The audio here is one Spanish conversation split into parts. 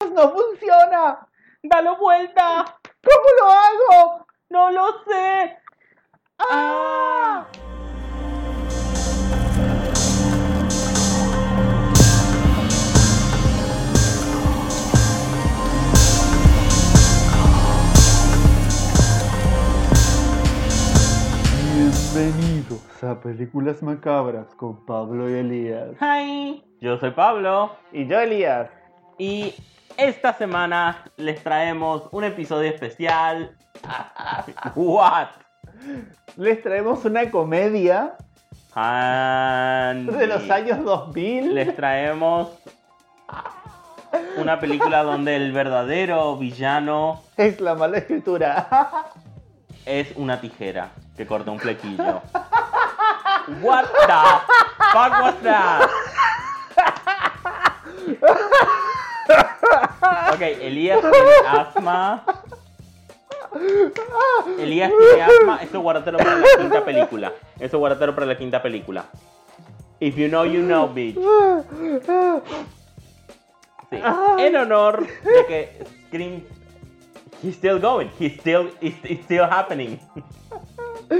¡Dios, no funciona! ¡Dalo vuelta! ¿Cómo lo hago? ¡No lo sé! ¡Ah! Bienvenidos a Películas Macabras con Pablo y Elías. ¡Hi! Yo soy Pablo Y yo, Elías. y esta semana les traemos un episodio especial. ¿What? Les traemos una comedia Andy. de los años 2000. Les traemos una película donde el verdadero villano Es la mala escritura. es una tijera que corta un flequillo. What the fuck was that? Ok, Elías tiene asma. Elías tiene asma. Eso guárdatelo para la quinta película. Eso guárdatelo para la quinta película. If you know, you know, bitch. Sí. En honor de que Scream. He's still going. He's still. It's, it's still happening.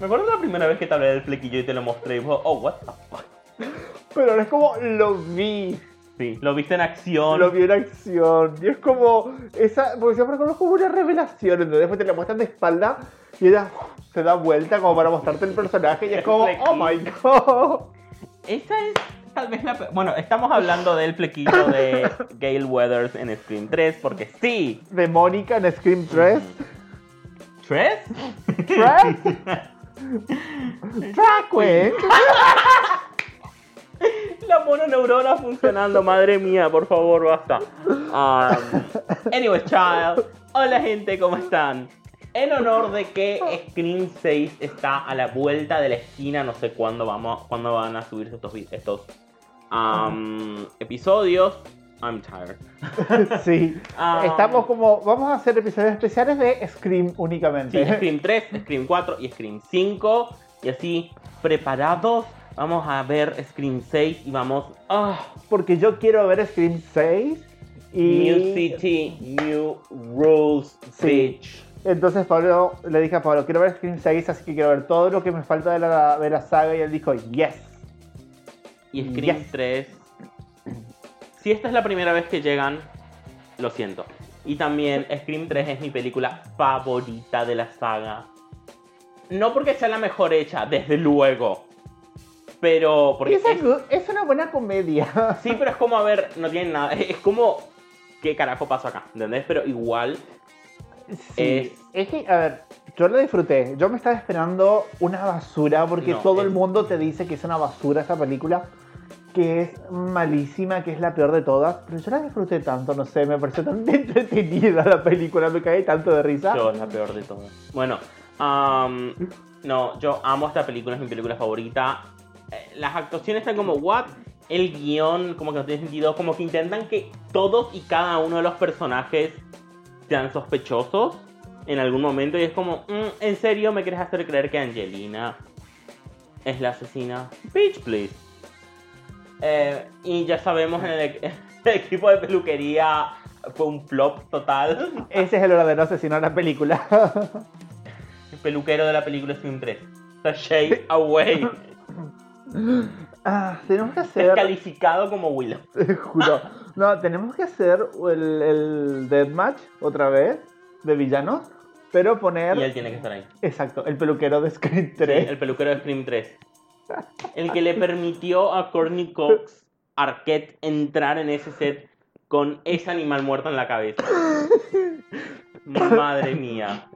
Me acuerdo la primera vez que te hablé del flequillo y te lo mostré y dijo, oh, what the fuck. Pero no es como lo vi. Sí, lo viste en acción. Lo vi en acción. Y es como. Esa, porque siempre conozco como una revelación. Entonces después te la muestran de espalda y ella uf, se da vuelta como para mostrarte el personaje. Y es como, oh my god. Esa es tal vez la... pe- Bueno, estamos hablando del flequillo de Gale Weathers en Scream 3 porque sí. De Mónica en Scream 3. ¿Tres? ¿Tres? Drag Queen. La mononeurona funcionando, madre mía, por favor, basta. Um, anyway, child. Hola, gente, ¿cómo están? En honor de que Scream 6 está a la vuelta de la esquina, no sé cuándo, vamos, cuándo van a subirse estos, vi- estos um, episodios. I'm tired. Sí. Ah. Estamos como. Vamos a hacer episodios especiales de Scream Sí, únicamente. Scream 3, Scream 4 y Scream 5. Y así, preparados, vamos a ver Scream 6 y vamos. ¡Ah! Porque yo quiero ver Scream 6. Y New City, New Rules, Sí. bitch. Entonces Pablo le dije a Pablo, quiero ver Scream 6, así que quiero ver todo lo que me falta de la, de la saga. Y él dijo, yes. Y Scream Yes. 3. Si esta es la primera vez que llegan, lo siento. Y también Scream 3 es mi película favorita de la saga. No porque sea la mejor hecha, desde luego. Pero porque Es, es- algo- es una buena comedia. Sí, pero es como, a ver, no tiene nada. Es como, ¿qué carajo pasó acá? ¿Entendés? Pero igual, Sí, Eh, es que, a ver, yo la disfruté. Yo me estaba esperando una basura porque No, todo es- el mundo te dice que es una basura esa película, que es malísima, que es la peor de todas. Pero yo la disfruté tanto, no sé, me pareció tan entretenida la película, me caí tanto de risa. yo es la peor de todas. Bueno, am, no, yo amo esta película, es mi película favorita. Eh, Las actuaciones están como, ¿what? El guión, como que no tiene sentido. Como que intentan que todos y cada uno de los personajes sean sospechosos en algún momento. Y es como, mm, ¿en serio me quieres hacer creer que Angelina es la asesina? Bitch, please. Eh, y ya sabemos, en el, e- el equipo de peluquería fue un flop total. Ese es el verdadero asesino de la película. El peluquero de la película Scream 3. Sashay Away. Ah, tenemos que hacer, Descalificado como Willow. te juro. No, tenemos que hacer el, el Deathmatch otra vez de villanos, pero poner... Y él tiene que estar ahí. Exacto, el peluquero de Screen 3. Sí, el peluquero de Scream 3. El que le permitió a Courtney Cox Arquette entrar en ese set con ese animal muerto en la cabeza. Madre mía.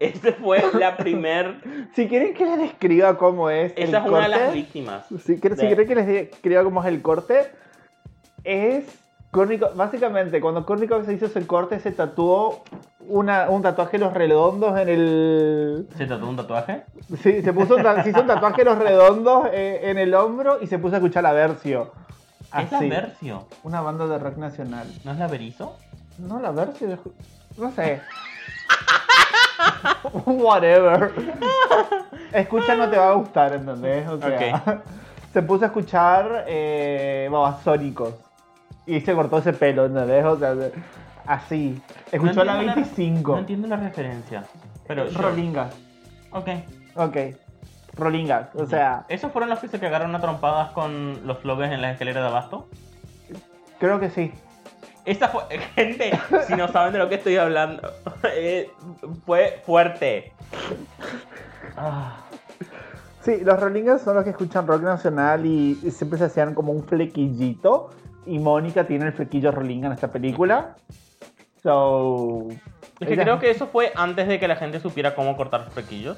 Esa fue la primer. Si quieren que les describa cómo es el Esa es una de las corte, víctimas. si, quieren, si de- quieren que les describa cómo es el corte, es Courtney Cox- básicamente cuando Courtney Cox se hizo ese corte se tatuó una, un tatuaje de los redondos en el ¿Se trató de un tatuaje? sí, se puso un ta- se hizo un tatuaje de los redondos eh, en el hombro y se puso a escuchar a Versio. Es la Así. Versio, una banda de rock nacional. ¿no es la Berizo? No, la Versio, yo escu- no sé. Whatever. Escucha, no te va a gustar, ¿entendés? O sea, Ok. se puso a escuchar eh, babasónicos. Y se cortó ese pelo, ¿entendés? O sea, así. Escuchó No la entiendo 25. No entiendo la referencia. Pero yo- Rolingas. Ok. Ok. Rolingas. O sea, ¿Esos fueron los que se cagaron a trompadas con los flogues en las escaleras de abasto? creo que sí. Esa fue. Gente, si no saben de lo que estoy hablando, eh, fue fuerte. Ah, Sí, los Rolingas son los que escuchan rock nacional y, y siempre se hacían como un flequillito. Y Mónica tiene el flequillo Rolinga en esta película. So. es que ella- creo que eso fue antes de que la gente supiera cómo cortar los flequillos.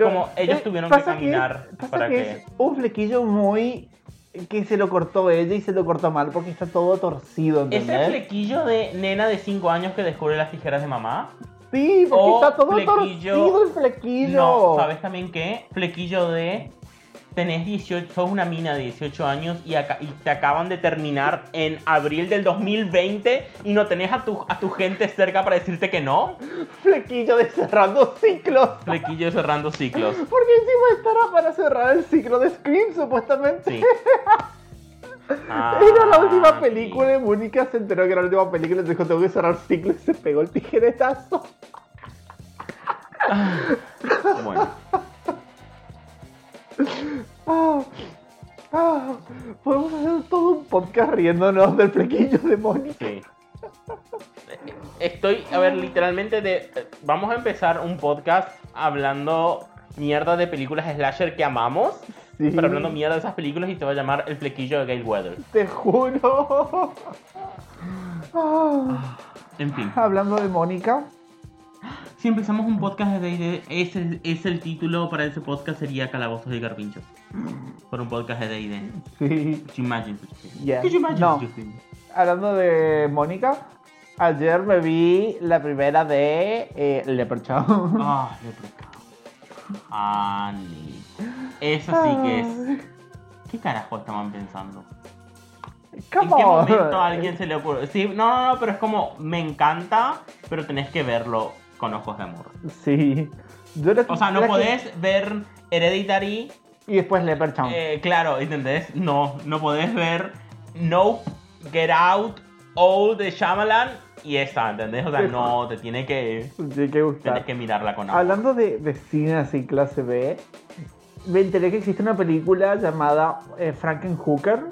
como ellos tuvieron que pasa caminar pasa para que que- es un flequillo muy que se lo cortó ella y se lo cortó mal porque está todo torcido, ¿Es ¿entendés? el flequillo de nena de 5 años que descubre las tijeras de mamá? Sí, porque o está todo Oh, flequillo- torcido el flequillo. No, ¿sabes también qué? Flequillo de. Tenés 18, sos una mina de 18 años y, aca- y te acaban de terminar en abril del 2020 y no tenés a tu, a tu gente cerca para decirte que no. Flequillo de cerrando ciclos. Flequillo cerrando ciclos. Porque encima estará para cerrar el ciclo de Scream, supuestamente. Sí. Era la última Ah, película y Mónica se enteró que era la última película y dijo tengo que cerrar ciclo y se pegó el tijeretazo. sí. Bueno. Ah, ah, podemos hacer todo un podcast riéndonos del flequillo de Mónica. Sí. Estoy, a ver, literalmente de. Vamos a empezar un podcast hablando mierda de películas slasher que amamos. Sí. Pero hablando mierda de esas películas y te va a llamar El flequillo de Gale Weather. Te juro. Ah, En fin. hablando de Mónica, Si empezamos un podcast de D&D, ese es el título para ese podcast sería Calabozos y Garpinchos. Por un podcast de D&D. sí. Could you imagine? Yeah. Could you imagine, No. Justin? Hablando de Mónica, ayer me vi la primera de eh, Leprechaun. Ah, le Ah, ni. Eso sí que es. Ah, ¿Qué carajo estaban pensando? ¿En qué momento a alguien se le ocurre? Sí, no, no, no, pero es como, me encanta, pero tenés que verlo con ojos de amor. Sí. Yo la- O sea, no la que- podés ver Hereditary, Y después Leprechaun. eh, claro, ¿entendés? No, no podés ver Nope, Get Out, All de Shyamalan y esa, ¿entendés? O sea, no, te tiene que, Sí, qué tenés gustar. que mirarla con amor. Hablando de, de cine así, clase B, me enteré que existe una película llamada eh, Frankenhooker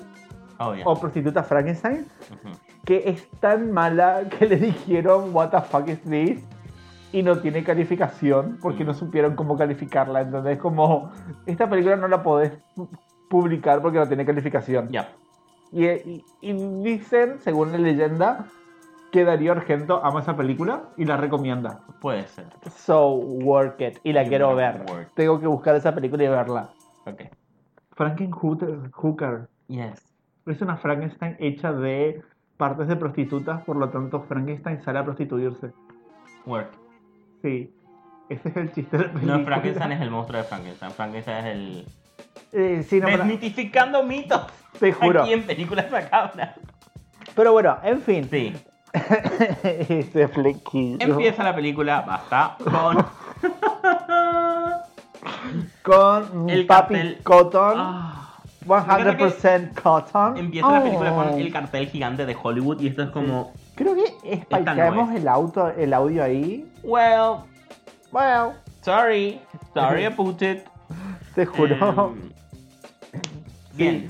Obvio. o Prostituta Frankenstein Ujú. que es tan mala que le dijeron What the fuck is this y no tiene calificación porque Mm. no supieron cómo calificarla. Entonces, como esta película no la podés pu- publicar porque no tiene calificación. Ya. Y, eh, y- y dicen, según la leyenda, que Darío Argento ama esa película y la recomienda. Puede ser. So work it. Y la You quiero wanna ver. work. Tengo que buscar esa película y verla. Ok. Frankenhooker Hooker, Yes. es una Frankenstein hecha de partes de prostitutas, por lo tanto Frankenstein sale a prostituirse. Work. Sí. Ese es el chiste de la película. No, Frankenstein es el monstruo de Frankenstein. Frankenstein es el... Eh, sí, no, pero- Desmitificando mitos. te juro. Aquí en películas macabras. Pero bueno, en fin. Sí. Ese flequillo. Empieza la película, basta, con. Con El Papi cartel. Cotton. Ah. 100% Cotton. Empieza la película Oh. con el cartel gigante de Hollywood y esto es como. Creo que espaicamos no es. el, auto, el audio ahí. Well, Bueno, sorry, sorry about it. te juro. Em, bien,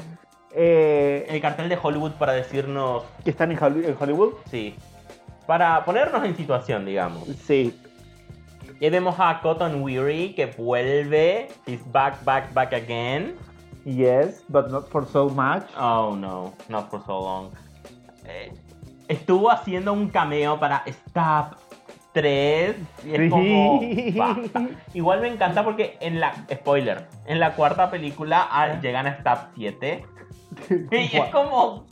Eh, el cartel de Hollywood para decirnos. ¿Que están en Holly- en Hollywood? Sí. Para ponernos en situación, digamos. Sí. Y vemos a Cotton Weary que vuelve. He's back, back, back again. Yes, but not for so much. Oh no, not for so long. Eh, estuvo haciendo un cameo para Stab 3 y es como Sí. basta. Igual me encanta porque en la spoiler, en la cuarta película ah, llegan a Stab 7 y es como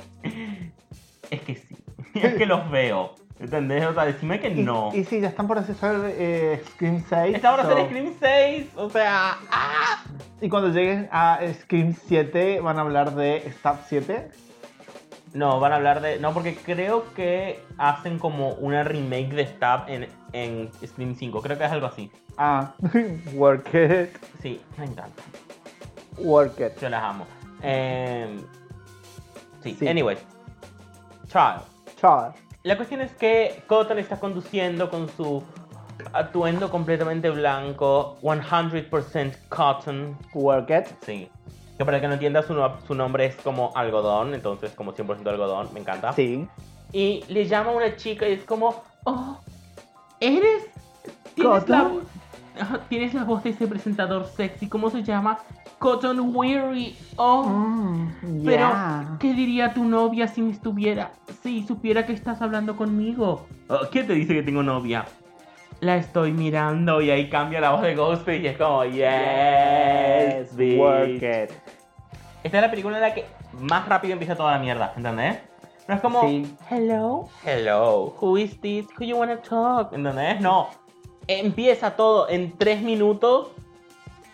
es que sí, es que los veo. ¿Entendés? O sea, decime que Y- no. Y, sí, ya están por hacer eh, Scream 6. Está ahora so- hacer Scream 6, o sea, ¡ah! Y cuando lleguen a Scream 7 van a hablar de Stab 7. No, van a hablar de. No, porque creo que hacen como una remake de Stab en, en Scream 5. Creo que es algo así. Ah, work it, Sí, me encanta. work it. Yo las amo. Eh, sí. Sí. anyway. Child. Char. La cuestión es que Cotton está conduciendo con su atuendo completamente blanco, 100% Cotton. Work it. Sí. Que para el que no entienda, su, no- su nombre es como algodón, entonces como 100% algodón, me encanta. Sí. Y le llama a una chica y es como, oh, ¿eres? ¿Tienes la, ¿Cotton? Ajá, Tienes la voz de ese presentador sexy, ¿cómo se llama? Cotton Weary, oh. Pero, Ah. ¿qué diría tu novia si me estuviera, si supiera que estás hablando conmigo? Oh, ¿Quién te dice que tengo novia? La estoy mirando y ahí cambia la voz de Ghostface y es como, yes, bitch". Work it. Esta es la película en la que más rápido empieza toda la mierda, ¿entendés? No es como, Sí. hello, hello, who is this, who you wanna talk, ¿entendés? No, empieza todo en tres minutos,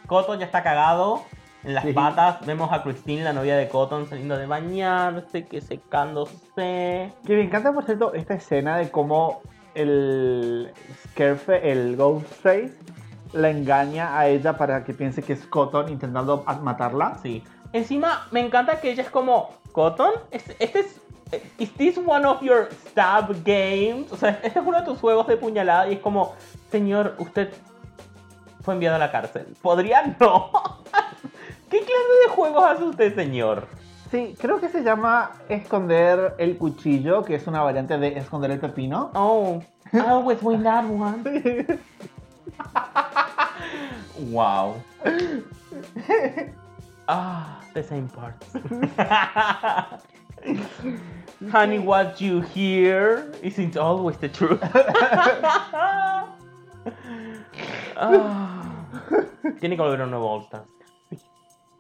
Cotton ya está cagado en las Sí. patas, vemos a Christine, la novia de Cotton, saliendo de bañarse, que secándose, Que me encanta, por cierto, esta escena de cómo el Scareface, el Ghostface, la engaña a ella para que piense que es Cotton intentando a- matarla. sí. Encima, me encanta que ella es como, Cotton, es- este es... ¿Is this one of your stab games? O sea, este es uno de tus juegos de puñalada y es como, señor, usted fue enviado a la cárcel. ¿Podría no? ¿Qué clase de juegos hace usted, señor? Sí, creo que se llama esconder el cuchillo, que es una variante de esconder el pepino. Oh, I always win that one. Wow. Ah, the same parts. Honey, what you hear isn't always the truth. Ah. Tiene que volver un nuevo All Stars.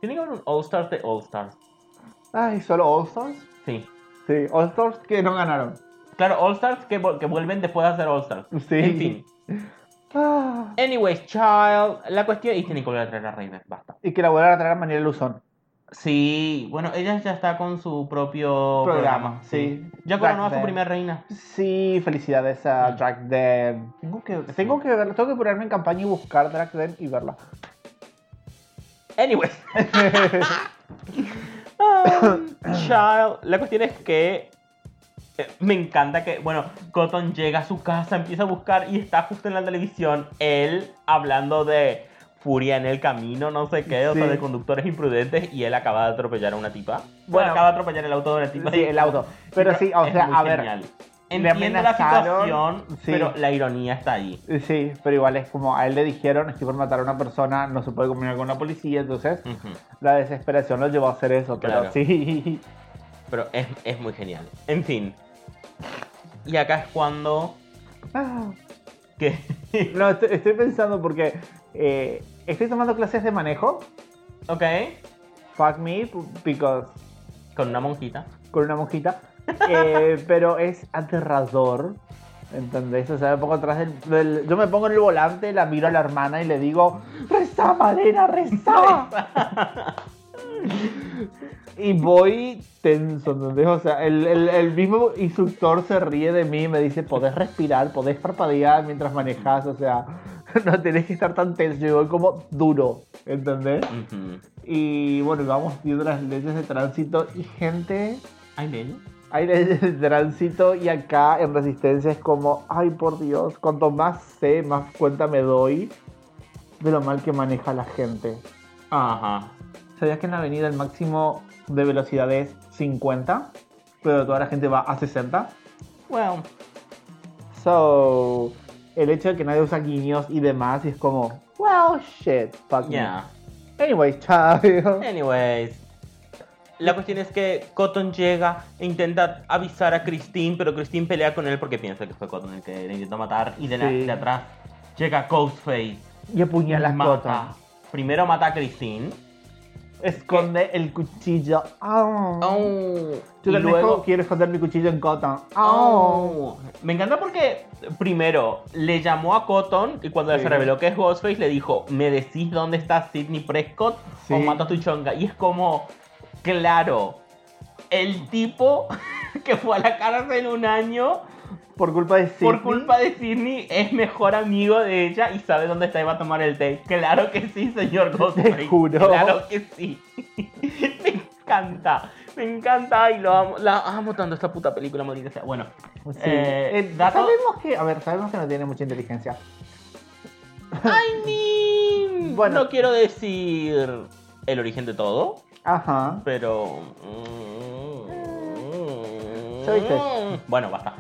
Tiene que haber un All Stars de All Stars. Ay, solo All Stars. Sí. Sí, All Stars que no ganaron. Claro, All Stars que, vol- que vuelven después de hacer All Stars. Sí. En fin. Ah, Anyways, child. La cuestión. Y tiene que volver a traer a Raven, basta. Y que la vuelvan a traer a Manuel Luzón. Sí, bueno, ella ya está con su propio programa. Programa, sí. Ya Back coronó a su then. primera reina. Sí, felicidades a Drag Den. Tengo que, tengo que verla, tengo que ponerme en campaña y buscar Drag Den y verla. Anyways. Um, child. La cuestión es que. eh, Me encanta que, bueno, Cotton llega a su casa, empieza a buscar y está justo en la televisión él hablando de furia en el camino, no sé qué, o sea, Sí. de conductores imprudentes y él acaba de atropellar a una tipa. Bueno, Bueno. acaba de atropellar el auto de una tipa. Sí, y- el auto. Pero sí, o es sea, muy a ver. genial. le Entiendo la amenazaron, situación, sí. pero la ironía está ahí. Eh, Sí, pero igual es como a él le dijeron, estoy por matar a una persona, no se puede comunicar con la policía, entonces Ujú. la desesperación lo llevó a hacer eso, pero Claro. sí. Pero es, es muy genial. En fin. Y acá es cuando. Ah. que No, estoy, estoy pensando porque eh, estoy tomando clases de manejo, ok. fuck me, because Con una monjita. con una mosquita, eh, pero es aterrador. ¿Entendés? O sea, me pongo atrás del, del- Yo me pongo en el volante, la miro a la hermana y le digo: ¡Rezá, Malena, rezá! y voy tenso, ¿entendés? O sea, el, el- el mismo instructor se ríe de mí y me dice: Podés respirar, podés parpadear mientras manejas, o sea, no tenés que estar tan tenso. Yo voy como duro, ¿entendés? Ujú. Y bueno, vamos viendo las leyes de tránsito y gente. Ay, Lelo. Hay leyes de tránsito y acá en Resistencia es como, ay por Dios, cuanto más sé, más cuenta me doy de lo mal que maneja la gente. Ajá. ¿Sabías que en la avenida el máximo de velocidad es 50? Pero toda la gente va a 60. Well. So, el hecho de que nadie usa guiños y demás y es como, well, shit, fuck me. Yeah. Anyway, child. Anyways. La cuestión es que Cotton llega e intenta avisar a Christine, pero Christine pelea con él porque piensa que fue Cotton el que le intentó matar. Y de, la- Sí. de atrás llega Ghostface. Y apuñalas mata. cosas. Primero mata a Christine. Esconde el cuchillo. Ah. Oh, Yo y también luego. quiero esconder mi cuchillo en Cotton. Oh. Oh. Me encanta porque primero le llamó a Cotton y cuando Sí. se reveló que es Ghostface le dijo, ¿me decís dónde está Sidney Prescott Sí. o mato a tu chonga? Y es como, claro, el tipo que fue a la cárcel un año Por culpa de Sidney. por culpa de Sidney es mejor amigo de ella y sabe dónde está y va a tomar el té. Claro que sí, señor Ghostface. juro. Claro que sí. Me encanta. Me encanta y lo amo. La amo tanto esta puta película, maldita sea. Bueno, Sí. eh, Eh, dato- Sabemos que, a ver, sabemos que no tiene mucha inteligencia. I mean, Bueno. no quiero decir el origen de todo, Ajá. pero. mm, Ya viste. Bueno, basta.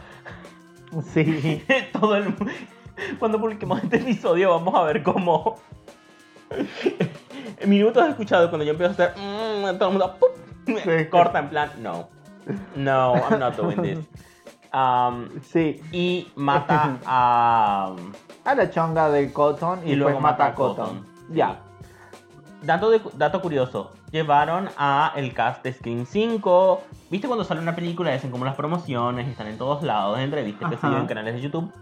Sí. todo el mu- Cuando publiquemos este episodio, vamos a ver cómo. Minutos he escuchado cuando yo empiezo a hacer. mm, todo el mundo. ¡pup! Sí. Corta en plan. No. No, I'm not doing this. Um, Sí. y mata a. um, A la chonga de Cotton y, Y luego luego mata mata a Cotton. Cotton. Ya. Dato, de- dato curioso, llevaron a el cast de Scream 5. ¿Viste cuando sale una película? Hacen como las promociones, están en todos lados, en revistas, qué sé yo, Ajá. en canales de YouTube.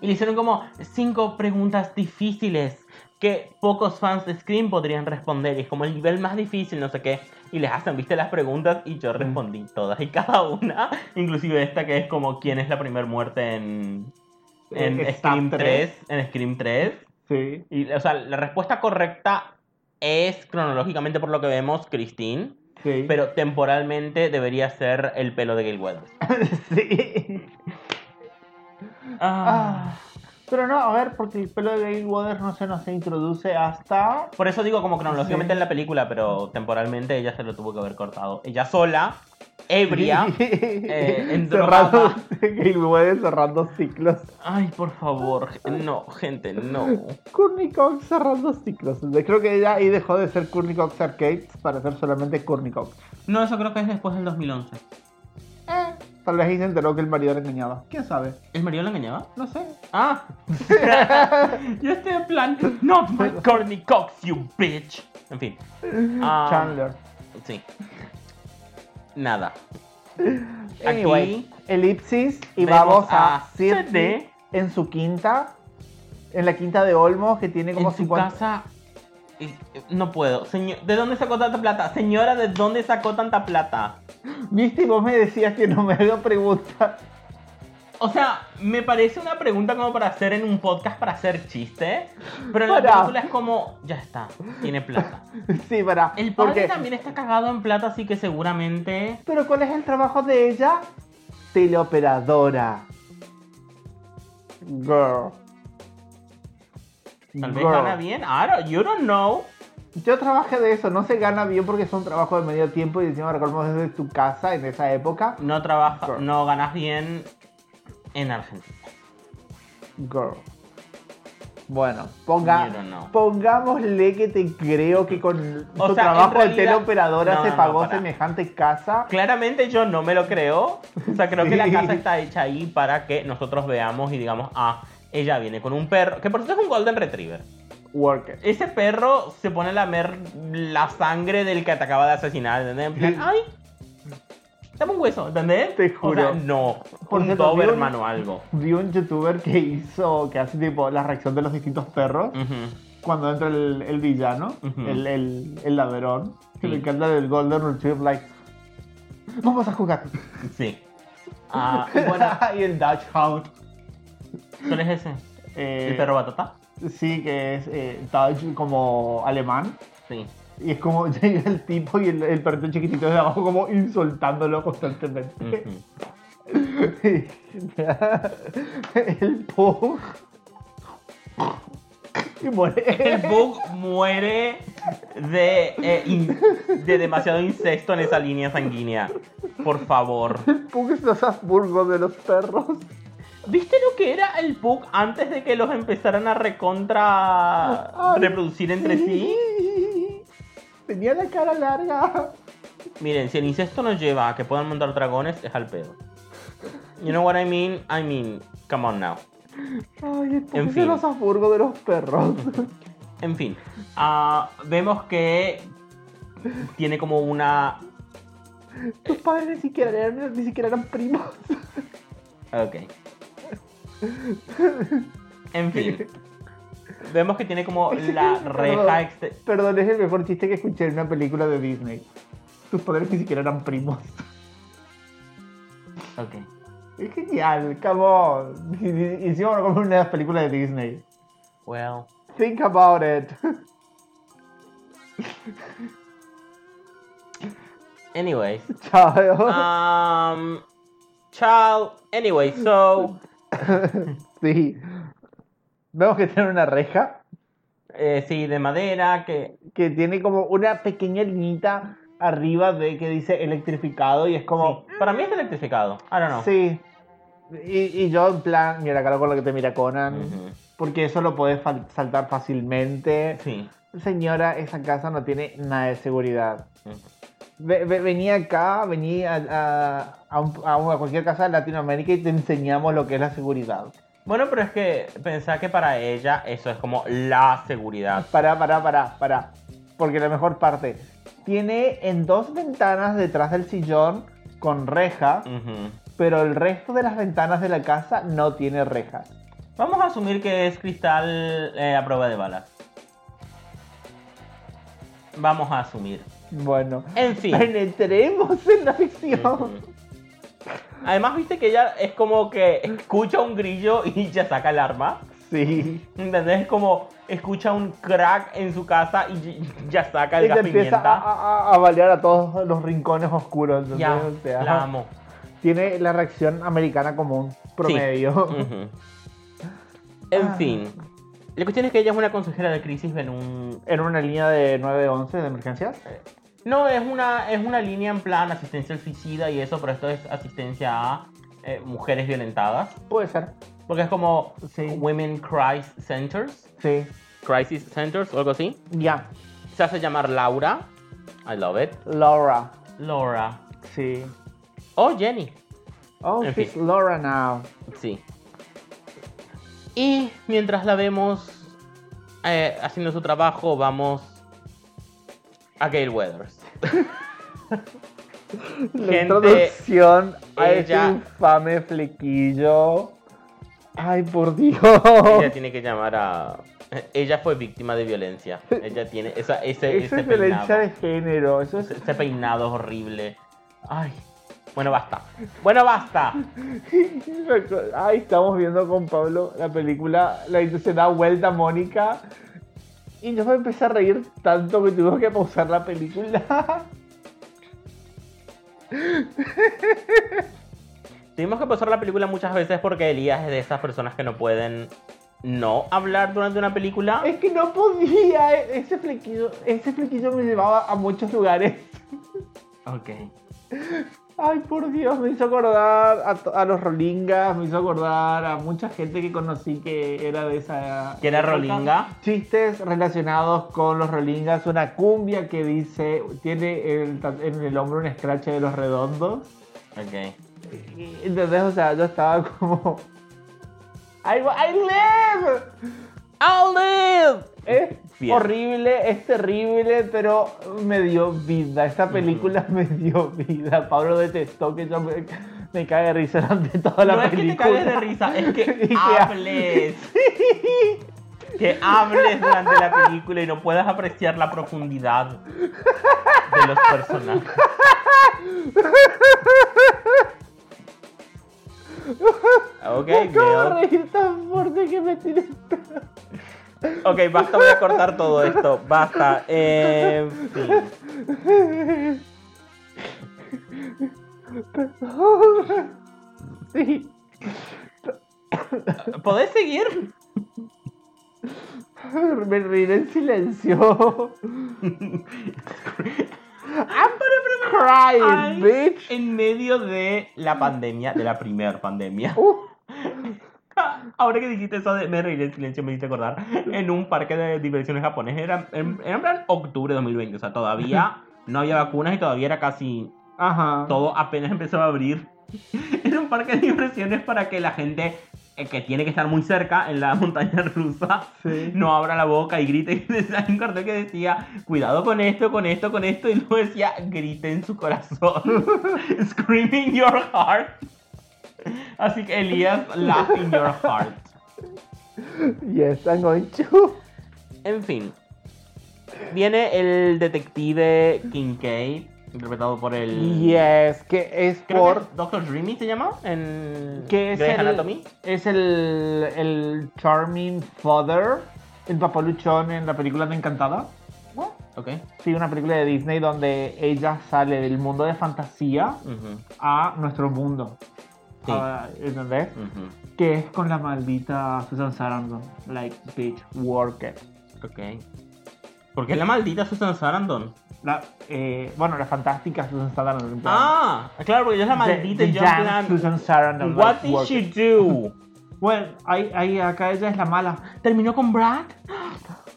Y le hicieron como cinco preguntas difíciles que pocos fans de Scream podrían responder. Y es como el nivel más difícil, no sé qué. Y les hacen, viste, las preguntas y Mm. yo respondí todas y cada una. Inclusive esta que es como quién es la primera muerte en, en Eh, Scream Stab 3. En Scream 3. Sí. Y, o sea, la respuesta correcta es cronológicamente por lo que vemos Christine, Sí. pero temporalmente debería ser el pelo de Gail Weathers. sí. Ah. Ah. Pero no, a ver, porque el pelo de Gail Waters no se nos introduce hasta. Por eso digo como Sí. cronológicamente en la película, pero temporalmente ella se lo tuvo que haber cortado. Ella sola, ebria. eh, en cerrando. drogada. Gail Waters cerrando ciclos. Ay, por favor, gen- no, gente, no. Courtney Cox cerrando ciclos. Creo que ella ahí dejó de ser Courtney Cox Arcades para ser solamente Courtney Cox. No, eso creo que es después del 2011. Eh, tal vez ahí se enteró que el marido la engañaba. ¿Quién sabe? ¿El marido la engañaba? No sé. Ah. Yo estoy en plan, not my Courtney Cox, you bitch. En fin. Ah, Chandler. Sí. Nada. aquí- Anyway, elipsis y Vemos vamos a a Sidney. Sidney en su quinta, en la quinta de Olmos que tiene como en su 50... casa. eh, eh, No puedo. Señor, ¿De dónde sacó tanta plata? Señora, ¿de dónde sacó tanta plata? Viste, vos me decías que no me haga preguntas. O sea, me parece una pregunta como para hacer en un podcast para hacer chiste. Pero en la Para. película es como, ya está, tiene plata. Sí, para. El padre porque... también está cagado en plata, así que seguramente. Pero ¿cuál es el trabajo de ella? Teleoperadora. Girl. Tal vez Girl. gana bien. I don't, you don't know. Yo trabajé de eso, no se gana bien porque es un trabajo de medio tiempo y encima recordemos desde tu casa en esa época. No trabaja, Girl. no ganas bien en Argentina. Girl. Bueno, ponga, You don't know. pongámosle que te creo que con O su sea, en trabajo realidad- de teleoperadora No, se no, pagó no, para. semejante casa. Claramente yo no me lo creo. O sea, creo que la Sí. casa está hecha ahí para que nosotros veamos y digamos, ah, ella viene con un perro, que por cierto es un Golden Retriever. Worker. Ese perro se pone a lamer la sangre del que te acaba de asesinar, ¿entendés? En plan, Sí. ay, dame un hueso, ¿entendés? Te O sea, juro. no, Por un cierto, vi un- Doberman o algo. Vi un youtuber que hizo, que hace tipo la reacción de los distintos perros Ujú. cuando entra el, el villano, Ujú. el, el, el ladrón, que Sí. le encanta del Golden Retriever, like, vamos a jugar. Sí. Ah, bueno, y el Dutch Hound. ¿cuál es ese? eh, ¿El perro batata? Sí, que es eh, Dutch como alemán. Sí. Y es como llega el tipo y el, el perrito chiquitito de abajo como insultándolo constantemente. Ujú. el Pug. Y muere. El Bug muere de, eh, in- de demasiado incesto en esa línea sanguínea. Por favor. El Pug es los Habsburgo de los perros. ¿Viste lo que era el Bug antes de que los empezaran a recontra Ay, reproducir entre sí? Tenía la cara larga. Miren, si el incesto nos lleva a que puedan montar dragones, es al pedo. You know what I mean? I mean, come on now. Ay, el Pug En es fin. los Habsburgo de los perros. En fin, ah, vemos que tiene como una Tus padres ni siquiera eran, ni siquiera eran primos. Ok. En fin. Vemos que tiene como la reja este- exte- Perdón, es el mejor chiste que escuché en una película de Disney. Tus padres ni siquiera eran primos. Ok. Es genial, come on. Hicimos como una película de Disney. Well. Think about it. Anyways. Ah. Chao. Um, chao. Anyway, so. Sí. Vemos que tiene una reja eh, sí, de madera, que. que tiene como una pequeña liñita arriba de que dice electrificado y es como... sí, Para mí es electrificado. I don't know. Sí. Y, y yo en plan, mira cara con la que te mira Conan, Ujú. porque eso lo podés fal- saltar fácilmente. Sí. Señora, esa casa no tiene nada de seguridad. Ujú. Ve- ve- vení acá, vení a, a- a un- a un- a cualquier casa de Latinoamérica y te enseñamos lo que es la seguridad. Bueno, pero es que pensar que para ella eso es como la seguridad. Pará, pará, pará, pará. Porque la mejor parte. Tiene en dos ventanas detrás del sillón con reja, Ujú. pero el resto de las ventanas de la casa no tiene rejas. Vamos a asumir que es cristal eh, a prueba de balas. Vamos a asumir. Bueno. En fin. Penetremos en la Ujú. ficción. Además, viste que ella es como que escucha un grillo y ya saca el arma. Sí. ¿Entendés? Es como escucha un crack en su casa y ya saca el Y te gas empieza pimienta. a, a, a- a balear a todos los rincones oscuros. ¿entendés? Ya, O sea, la amo. tiene la reacción americana común, promedio. Ujú. En Ah. fin. La cuestión es que ella es una consejera de crisis en un... En una línea de 911 de emergencias. No, es una, es una línea en plan asistencia al suicida y eso, pero esto es asistencia a eh, mujeres violentadas. Puede ser. Porque es como Sí. Women Crisis Centers. Sí. Crisis Centers o algo así. Ya. Se hace llamar Laura. I love it. Laura. Laura. Sí. O Jenny. Oh, En she's fin. Laura now. Sí. Y mientras la vemos eh, haciendo su trabajo, vamos a Gale Weathers. La Gente, introducción a ella- ese infame flequillo. Ay, por Dios. Ella tiene que llamar a. Ella fue víctima de violencia. Ella tiene esa, ese, Eso ese es violencia peinado. de género. Eso es. Ese peinado horrible. Ay. Bueno, basta. Bueno, basta. Ay, estamos viendo con Pablo la película. La se da vuelta a Mónica. Y yo me empecé a reír tanto que tuvimos que pausar la película. Tuvimos que pasar la película muchas veces porque Elías es de esas personas que no pueden no hablar durante una película. Es que no podía. e- Ese flequillo, ese flequillo me llevaba a muchos lugares. Ok. Ay, por Dios, me hizo acordar a, to- a los Rolingas, me hizo acordar a mucha gente que conocí que era de esa. ¿Que era época. rolinga? Chistes relacionados con los Rolingas, una cumbia que dice, tiene el ta- en el hombro un scratch de los redondos. Ok. Y- Entonces, o sea, yo estaba como. I, wa- I live! I'll live! Es Bien. horrible, es terrible, pero me dio vida. Esta película me dio vida. Pablo detestó que yo me, me cague de risa durante toda la no película. ah. es que te cagues de risa, es Y que que ha- hables. que hables durante la película y no puedas apreciar la profundidad de los personajes. Ok, Me acabo de Gale. reír tan fuerte que me tiré. Ok, basta, voy a cortar todo esto. Basta. Eh, en fin. Sí. ¿Podés seguir? Me reiré en silencio. I'm Ay, crying, bitch. En medio de la pandemia, de la primer pandemia. Uh, Ahora que dijiste eso de me reiré en silencio, me hiciste acordar. En un parque de diversiones japonés, era en, era en plan octubre de 2020, o sea, todavía no había vacunas y todavía era casi Ajá. todo apenas empezó a abrir. Era un parque de diversiones para que la gente eh, que tiene que estar muy cerca en la montaña rusa Sí. no abra la boca y grite. Y decía- Hay un cartel que decía, cuidado con esto, con esto, con esto. Y luego decía, grite en su corazón. Screaming your heart. Así que Elías, laugh in your heart. Yes, I'm going to. En fin. Viene el detective Kincaid, interpretado por el... Yes, que es Creo por. que Doctor Dreamy se llama en Que es Grey's el, Anatomy. Es el, el Charming Father, el papaluchón en la película de Encantada. Ok. Ok. Sí, una película de Disney donde ella sale del mundo de fantasía Ujú, a nuestro mundo. Sí. Ah, ¿Entendés? ujú, Que es con la maldita Susan Sarandon. Like, bitch, work it. Ok. ¿Por qué la maldita Susan Sarandon? La, eh, bueno, la fantástica Susan Sarandon. en plan, Ah, claro, porque ella es la the- maldita the y John young Plan. Susan Sarandon. What like, did work she it. do? Bueno, ahí, ahí acá ella es la mala. ¿Terminó con Brad?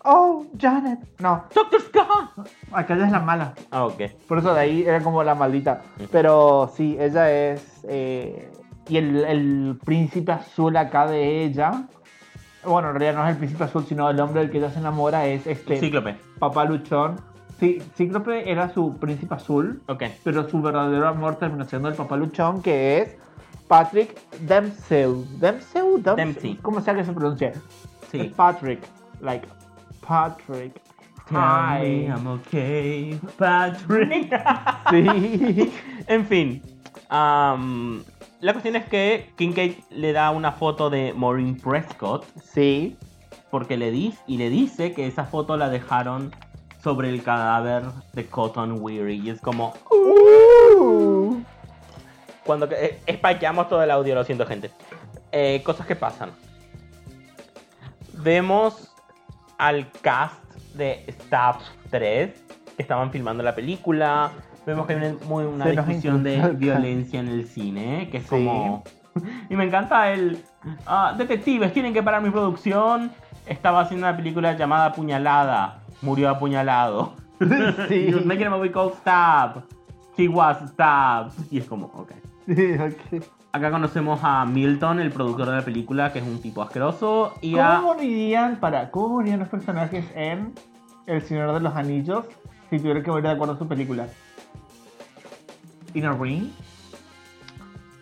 Oh, Janet. No, ¡Doctor Scott! acá ella es la mala. Ah, ok. Por eso de ahí era como la maldita. Ujú. Pero sí, ella es. eh, y el, el príncipe azul acá de ella. Bueno, en realidad no es el príncipe azul, sino el hombre del que ella se enamora es este Cíclope. papá luchón. Sí, Cíclope era su príncipe azul, Ok. pero su verdadero amor terminó siendo el papá luchón, que es Patrick Dempsey. Dempsey, Dempsey. Dempsey. ¿Cómo sea que se pronuncie? Es Sí. Patrick. Like, Patrick. Ay. I'm okay, Patrick. Sí. en fin. am, la cuestión es que Kincaid le da una foto de Maureen Prescott sí. porque le dice y le dice que esa foto la dejaron sobre el cadáver de Cotton Weary y es como Uh. cuando que- eh, espaqueamos todo el audio, lo siento gente. Eh, cosas que pasan. Vemos al cast de Stab 3 que estaban filmando la película. Vemos que hay una, muy- una Se nos discusión de insulta el cast. violencia en el cine, que es Sí. como... Y me encanta el... ah, detectives, tienen que parar mi producción. Estaba haciendo una película llamada Apuñalada. Murió apuñalado. Sí. He was making a movie called Stab. He was stabbed. Y es como, ok. Sí, ok. Acá conocemos a Milton, el productor de la película, que es un tipo asqueroso. Y a... ¿Cómo morirían, para, cómo morirían los personajes en El Señor de los Anillos si tuvieran que morir de acuerdo a su película? ¿In a ring?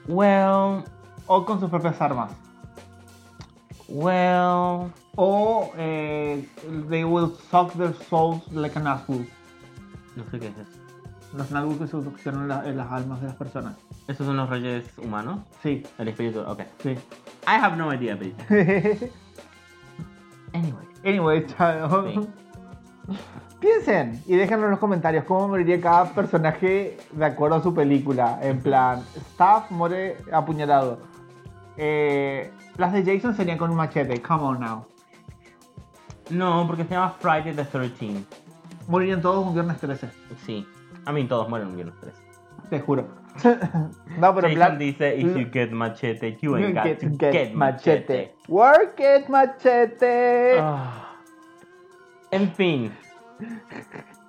Well, ¿O con sus propias armas? well... ¿O eh, they will suck their souls like an apple? No sé qué es eso. Los nagus que succionan la- en las almas de las personas. ¿Esos son los reyes humanos? Sí, El espíritu... Ok. sí. I have no idea, bitch. Anyway. anyway, chao. Sí. Piensen y déjenlo en los comentarios cómo moriría cada personaje de acuerdo a su película. En plan, Staff muere apuñalado. Eh, las de Jason serían con un machete, come on now. No, porque se llama Friday the 13th. Morirían todos un viernes 13, Sí. A mí todos mueren un viernes 13. te juro. no, pero en Jason plan, dice, if you get machete, Mm. you ain't got to get, machete. Work it, machete. Ah. En fin,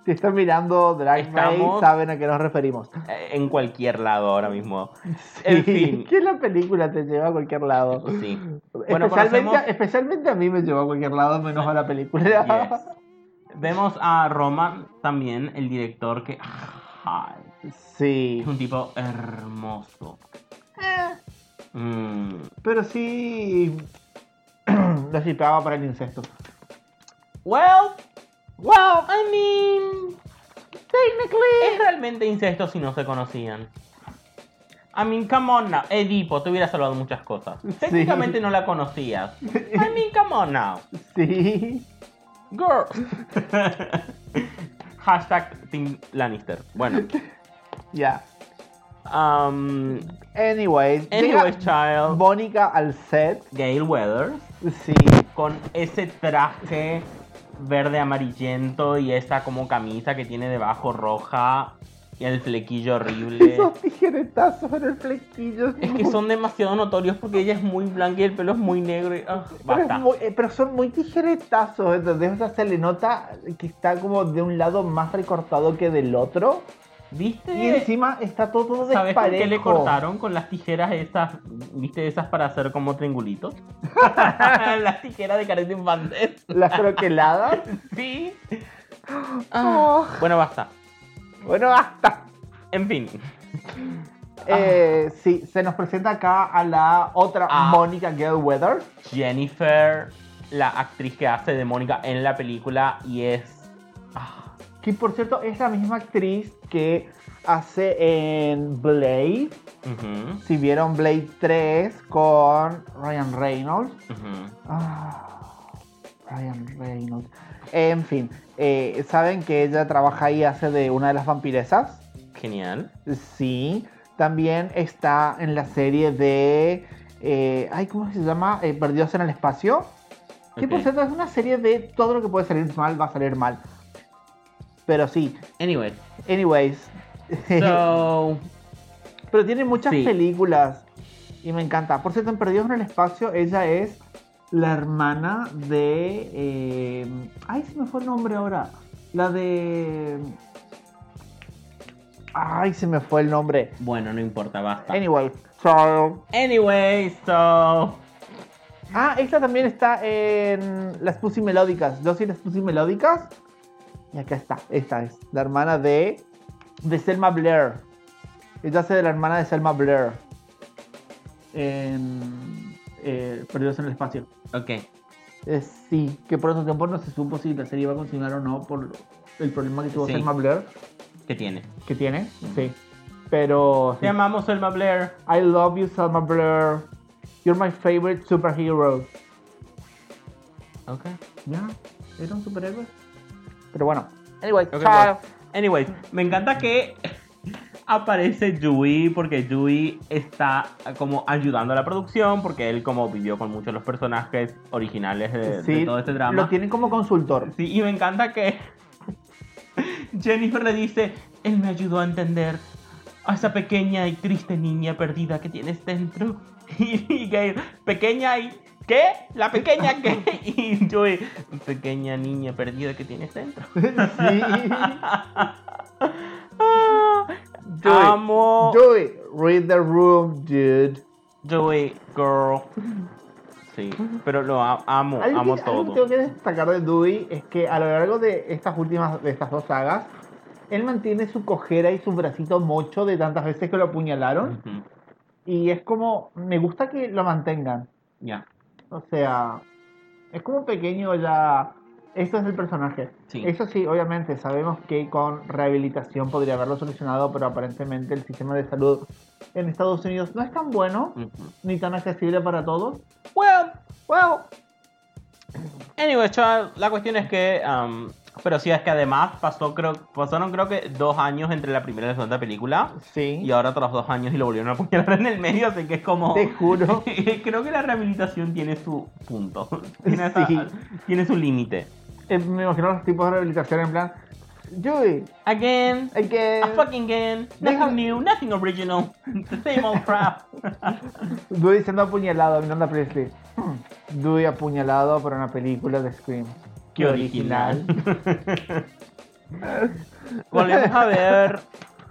Si están mirando Drag Race, Estamos- saben a qué nos referimos. eh, en cualquier lado ahora mismo. En fin. que la película te lleva a cualquier lado. Sí. Bueno, especialmente, conocemos- especialmente a mí me llevó a cualquier lado, menos a la película. Yes. Vemos a Roman también, el director que ay, Sí. es un tipo hermoso. Mm. Pero sí. Lo shipeaba para el incesto. Well, ¡Wow! I mean, Technically. es realmente incesto si no se conocían. I mean, come on now. Edipo, te hubiera salvado muchas cosas. Técnicamente no la conocías. I mean, come on now. Sí. Girl. Hashtag Team Lannister. Bueno. Ya. Um, Anyways. anyways, llega child. Mónica al set. Gail Weathers. Sí. Con ese traje verde amarillento y esa como camisa que tiene debajo roja. Y el flequillo horrible. Esos tijeretazos en el flequillo. Es que son demasiado notorios porque ella es muy blanca y el pelo es muy negro. Y, ah, Pero, es basta. muy- eh, pero son muy tijeretazos, entonces o sea, se le nota que está como de un lado más recortado que del otro. Y ¿Viste? encima está todo, todo ¿Sabes con qué le desparejo. cortaron? Con las tijeras esas, ¿viste? Esas para hacer como triangulitos. las tijeras de careta infantil. Las croqueladas. Sí. Ah. Bueno, basta. Bueno, basta. En fin. Eh, sí, se nos presenta acá a la otra Ah. Mónica Gale Weather. Jennifer, la actriz que hace de Mónica en la película y es... Que por cierto es la misma actriz que hace en Blade. Ujú, Si vieron Blade 3 con Ryan Reynolds. ujú. Ah. Ryan Reynolds. En fin, eh, ¿saben que ella trabaja y hace de una de las vampiresas? Genial. Sí. También está en la serie de. eh, ay, ¿cómo se llama? Eh, Perdidos en el espacio. Que por Ok. cierto es una serie de todo lo que puede salir mal, va a salir mal. Pero sí. Anyway, Anyways. so. Pero tiene muchas Sí. películas. Y me encanta. Por cierto, en Perdidos en el Espacio, ella es la hermana de. eh, ay, se me fue el nombre ahora. La de. Ay, se me fue el nombre. Bueno, no importa, basta. Anyway, so- Anyway, so. Ah, esta también está en Las Pussy Melódicas. Yo soy Las Pussy Melódicas. Y acá está. Esta es la hermana de. De Selma Blair. Ella hace de la hermana de Selma Blair. En. eh, Perdidos en el espacio. Ok. Eh, sí, que por esos tiempos no se supo si la serie iba a continuar o no por el problema que tuvo Sí. Selma Blair. ¿Qué tiene? Que tiene. Sí. Pero. Te amamos, Selma Blair. I love you, Selma Blair. You're my favorite superhero. Ok. Ya, era un superhéroe. Pero bueno. Anyway, Ok, chao. Anyways, me encanta que aparece Yui porque Yui está como ayudando a la producción porque él como vivió con muchos de los personajes originales de, de todo este drama. Lo tienen como consultor. Sí, y me encanta que Jennifer le dice, él me ayudó a entender a esa pequeña y triste niña perdida que tienes dentro. Y, y Gail, pequeña y... ¿Qué? ¿La pequeña qué? Y Joey, pequeña niña perdida que tienes dentro. sí. Ah, Joey, amo Joey, read the room, dude. Joey, girl. Sí, pero lo a- amo, Algo amo que, algo que tengo todo. que destacar de Dewey es que a lo largo de estas últimas, de estas dos sagas, él mantiene su cojera y su bracito mocho de tantas veces que lo apuñalaron. Ujú, Y es como, me gusta que lo mantengan. Ya. O sea, es como un pequeño ya. Esto es el personaje. Sí. Eso sí, obviamente, sabemos que con rehabilitación podría haberlo solucionado, pero aparentemente el sistema de salud en Estados Unidos no es tan bueno ujú. ni tan accesible para todos. Well, Wow. Anyway, chaval, la cuestión es que. am, pero sí, es que además pasó, creo, pasaron creo que dos años entre la primera y la segunda película. Sí. Y ahora otros dos años y lo volvieron a apuñalar en el medio, así que es como. Te juro. creo que la rehabilitación tiene su punto. Tiene, esa- Sí. tiene su límite. Eh, me imagino los tipos de rehabilitación en plan. Yui, Again. hay que. A fucking again. Nothing new, nothing original. The same old crap. Dewey siendo apuñalado, Miranda Presley. Hmm. Dewey apuñalado por una película de Scream. Qué original. Volvemos a ver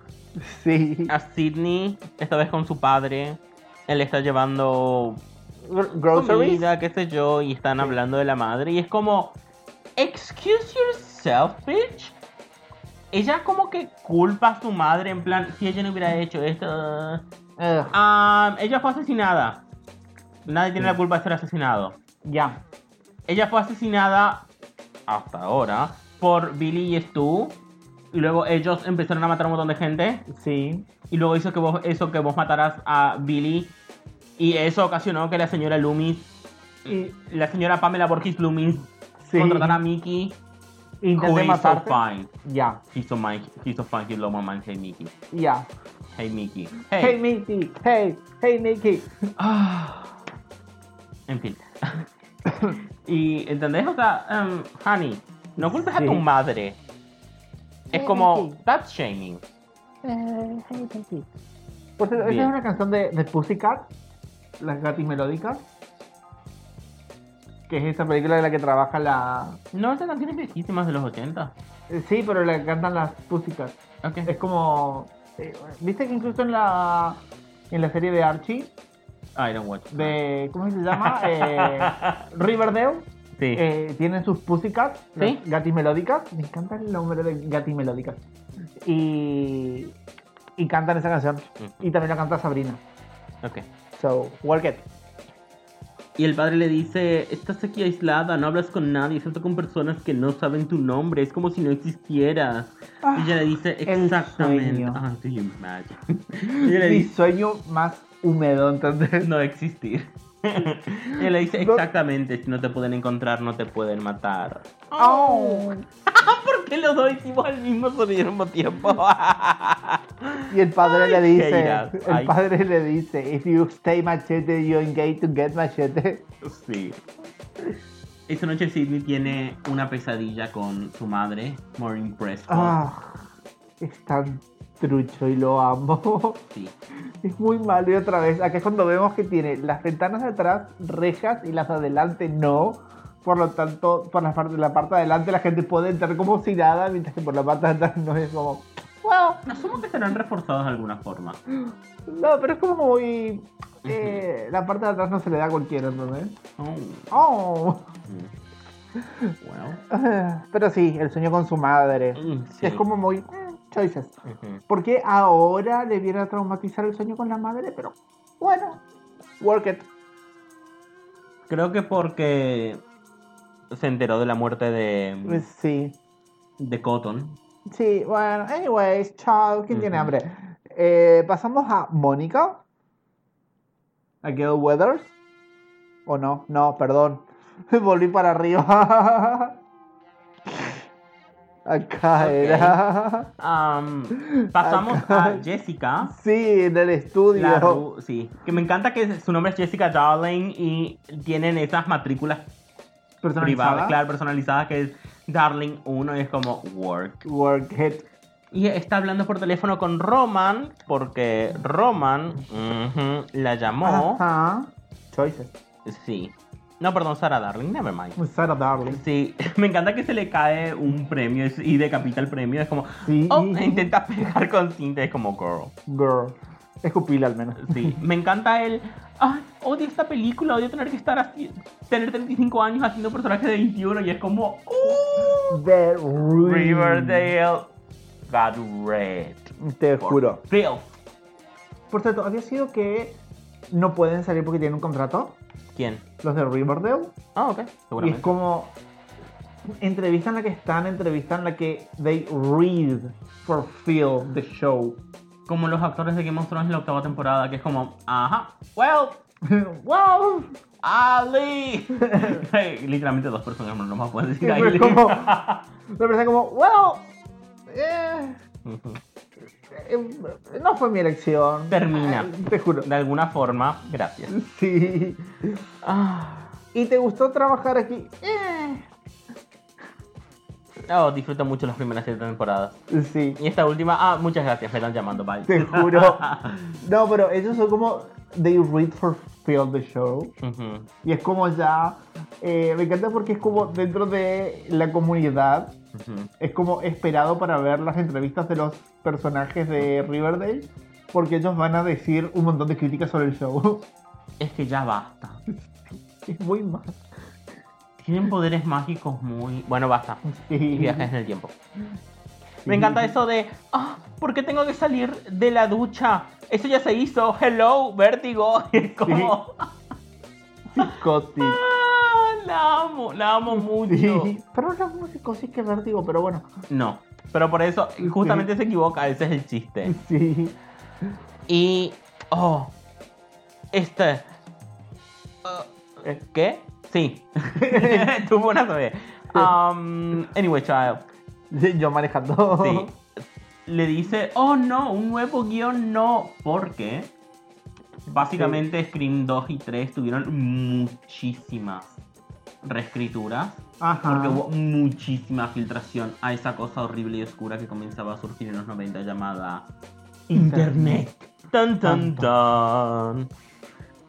Sí. a Sidney, esta vez con su padre. Él está llevando Gr- Groceries. comida, qué sé yo, y están hablando de la madre. Y es como, excuse yourself, bitch. Ella como que culpa a su madre en plan, si ella no hubiera hecho esto... Ugh, Ah, ella fue asesinada. Nadie tiene Sí. la culpa de ser asesinado. Ya. Ella fue asesinada hasta ahora por Billy y Stu. Y luego ellos empezaron a matar a un montón de gente. Sí. Y luego hizo que vos, eso que vos mataras a Billy. Y eso ocasionó que la señora Loomis, Y- la señora Pamela Borges Loomis, Sí. contratara a Mickey. Who Intenté is so matarte. fine. Ya, He's so mine. He's so fine. He's so mine. Hey Mickey. ya. Hey Mickey. Hey, Hey. Mickey. Hey, hey, Mickey. Ah. en fin. y entendés, o sea, em, honey, no culpes a Sí. tu madre. Es Hey, como Mickey. that's shaming. Eh, hey, Mickey. Por cierto, Pues, esa Bien. es una canción de, de Pussycat, Las Gatis Melódicas. Que es esa película de la que trabaja la. No, esas canciones viejísimas de los 80. eh, Sí, pero la que cantan las Pussycat. Ok. Es como. eh, Viste que incluso en la. En la serie de Archie, I don't watch. de. ¿Cómo se llama? Eh, Riverdale. sí. Eh, tienen sus pussycats, Sí. las gatis melódicas. Me encanta el nombre de gatis melódicas. Y, y cantan esa canción. Mm. Y también la canta Sabrina. ok. So, work it. Y el padre le dice, estás aquí aislada, no hablas con nadie, excepto con personas que no saben tu nombre, es como si no existieras. y ella le dice, Ah, el exactamente. sueño. Ah, do you imagine? Y ella le Mi dice, sueño más húmedo, ¿entendés? no existir. Él le dice No. exactamente, si no te pueden encontrar, no te pueden matar. Oh. Au. ¿Por qué los dos hicimos el mismo sonido al mismo tiempo? Y el padre le dice, Keira, ay. el padre le dice, if you stay machete, you engage to get machete. sí. Esa noche Sidney tiene una pesadilla con su madre, Maureen Prescott. Ah, es tan trucho y lo amo. Sí. Es muy malo y otra vez, acá es cuando vemos que tiene las ventanas de atrás rejas y las de adelante no. Por lo tanto, por la parte, la parte de adelante la gente puede entrar como si nada, mientras que por la parte de atrás no es como... ¡Wow! Asumo que serán reforzados de alguna forma. No, pero es como muy... eh, la parte de atrás no se le da a cualquiera, ¿entendés? Oh. ¡Oh! mm. Well. Ah, Pero sí, el sueño con su madre. Mm, sí. Es como muy... mm, Choices. Ujú. ¿Por qué ahora le viene a traumatizar el sueño con la madre? Pero bueno, work it. Creo que porque se enteró de la muerte Pues de, sí. de Cotton. Sí, bueno, anyways, chao. ¿Quién tiene Ujú. hambre? Eh, Pasamos a Mónica. A Gail Weathers. ¿O no? No, perdón. Volví para arriba. Acá Ok. era. Am, pasamos a Jessica. Sí, en el estudio. La Ru- sí. Que me encanta que su nombre es Jessica Darling y tienen esas matrículas privadas, Personalizada. claro, personalizadas que es Darling 1 y es como work. Work it. Y está hablando por teléfono con Roman porque Roman ujú, la llamó. Ajá. Choices. Sí. No, perdón, Sara Darling, never mind. Sarah Darling. Sí, me encanta que se le cae un premio es- y decapita el premio. Es como, Sí. oh, intenta pegar con cinta. Es como, girl. Girl. Escupila al menos. Sí, me encanta él. Ay, odio esta película, odio tener que estar así, tener 35 años haciendo personajes de 21 y es como, uh, The Ruin. Riverdale got red. Te Por juro. Phil. Por cierto, había sido que no pueden salir porque tienen un contrato, ¿Quién? los de Riverdale. Ah, ok, Y es seguramente. como. Entrevistan la que están, entrevistan la que they read for feel the show. Como los actores de Game of Thrones en la octava temporada, que es como, ajá, well, ¡Wow! Ali. Literalmente dos personas, no más puedo decir Sí, ahí. fue como- La persona como, ¡Wow! eh, Ujú. eh, no fue mi elección. Termina. Ay, Te juro. De alguna forma, gracias. Sí. Ah, ¿Y te gustó trabajar aquí? Eh, oh, disfruto mucho las primeras siete temporadas. Sí. Y esta última, ah, muchas gracias, me están llamando, bye. Te juro. No, pero ellos son como. They read for feel the show. Ujú. Y es como ya. eh, me encanta porque es como dentro de la comunidad. Ujú. Es como esperado para ver las entrevistas de los personajes de Riverdale. Porque ellos van a decir un montón de críticas sobre el show. Es que ya basta. Es muy mal. Tienen poderes mágicos muy... Bueno, basta. Y Sí. viajes en el tiempo. Me encanta eso de... Ah, ¿Por qué tengo que salir de la ducha? Eso ya se hizo. Hello, vértigo. Y es como... Psicosis. Ah, la amo, la amo mucho. Sí. Pero no es muy psicosis que vértigo, pero bueno. No, pero por eso justamente se equivoca. Ese es el chiste. Sí. Y... Oh. Este... Eh, ¿Qué? Sí. Tuvo una vez. Um, anyway, child. sí, Yo manejando. Sí. Le dice, oh no, un nuevo guión no, porque básicamente Scream 2 y 3 tuvieron muchísimas reescrituras, Ajá. porque hubo muchísima filtración a esa cosa horrible y oscura que comenzaba a surgir en los 90 llamada Internet. Tan, tan, tan.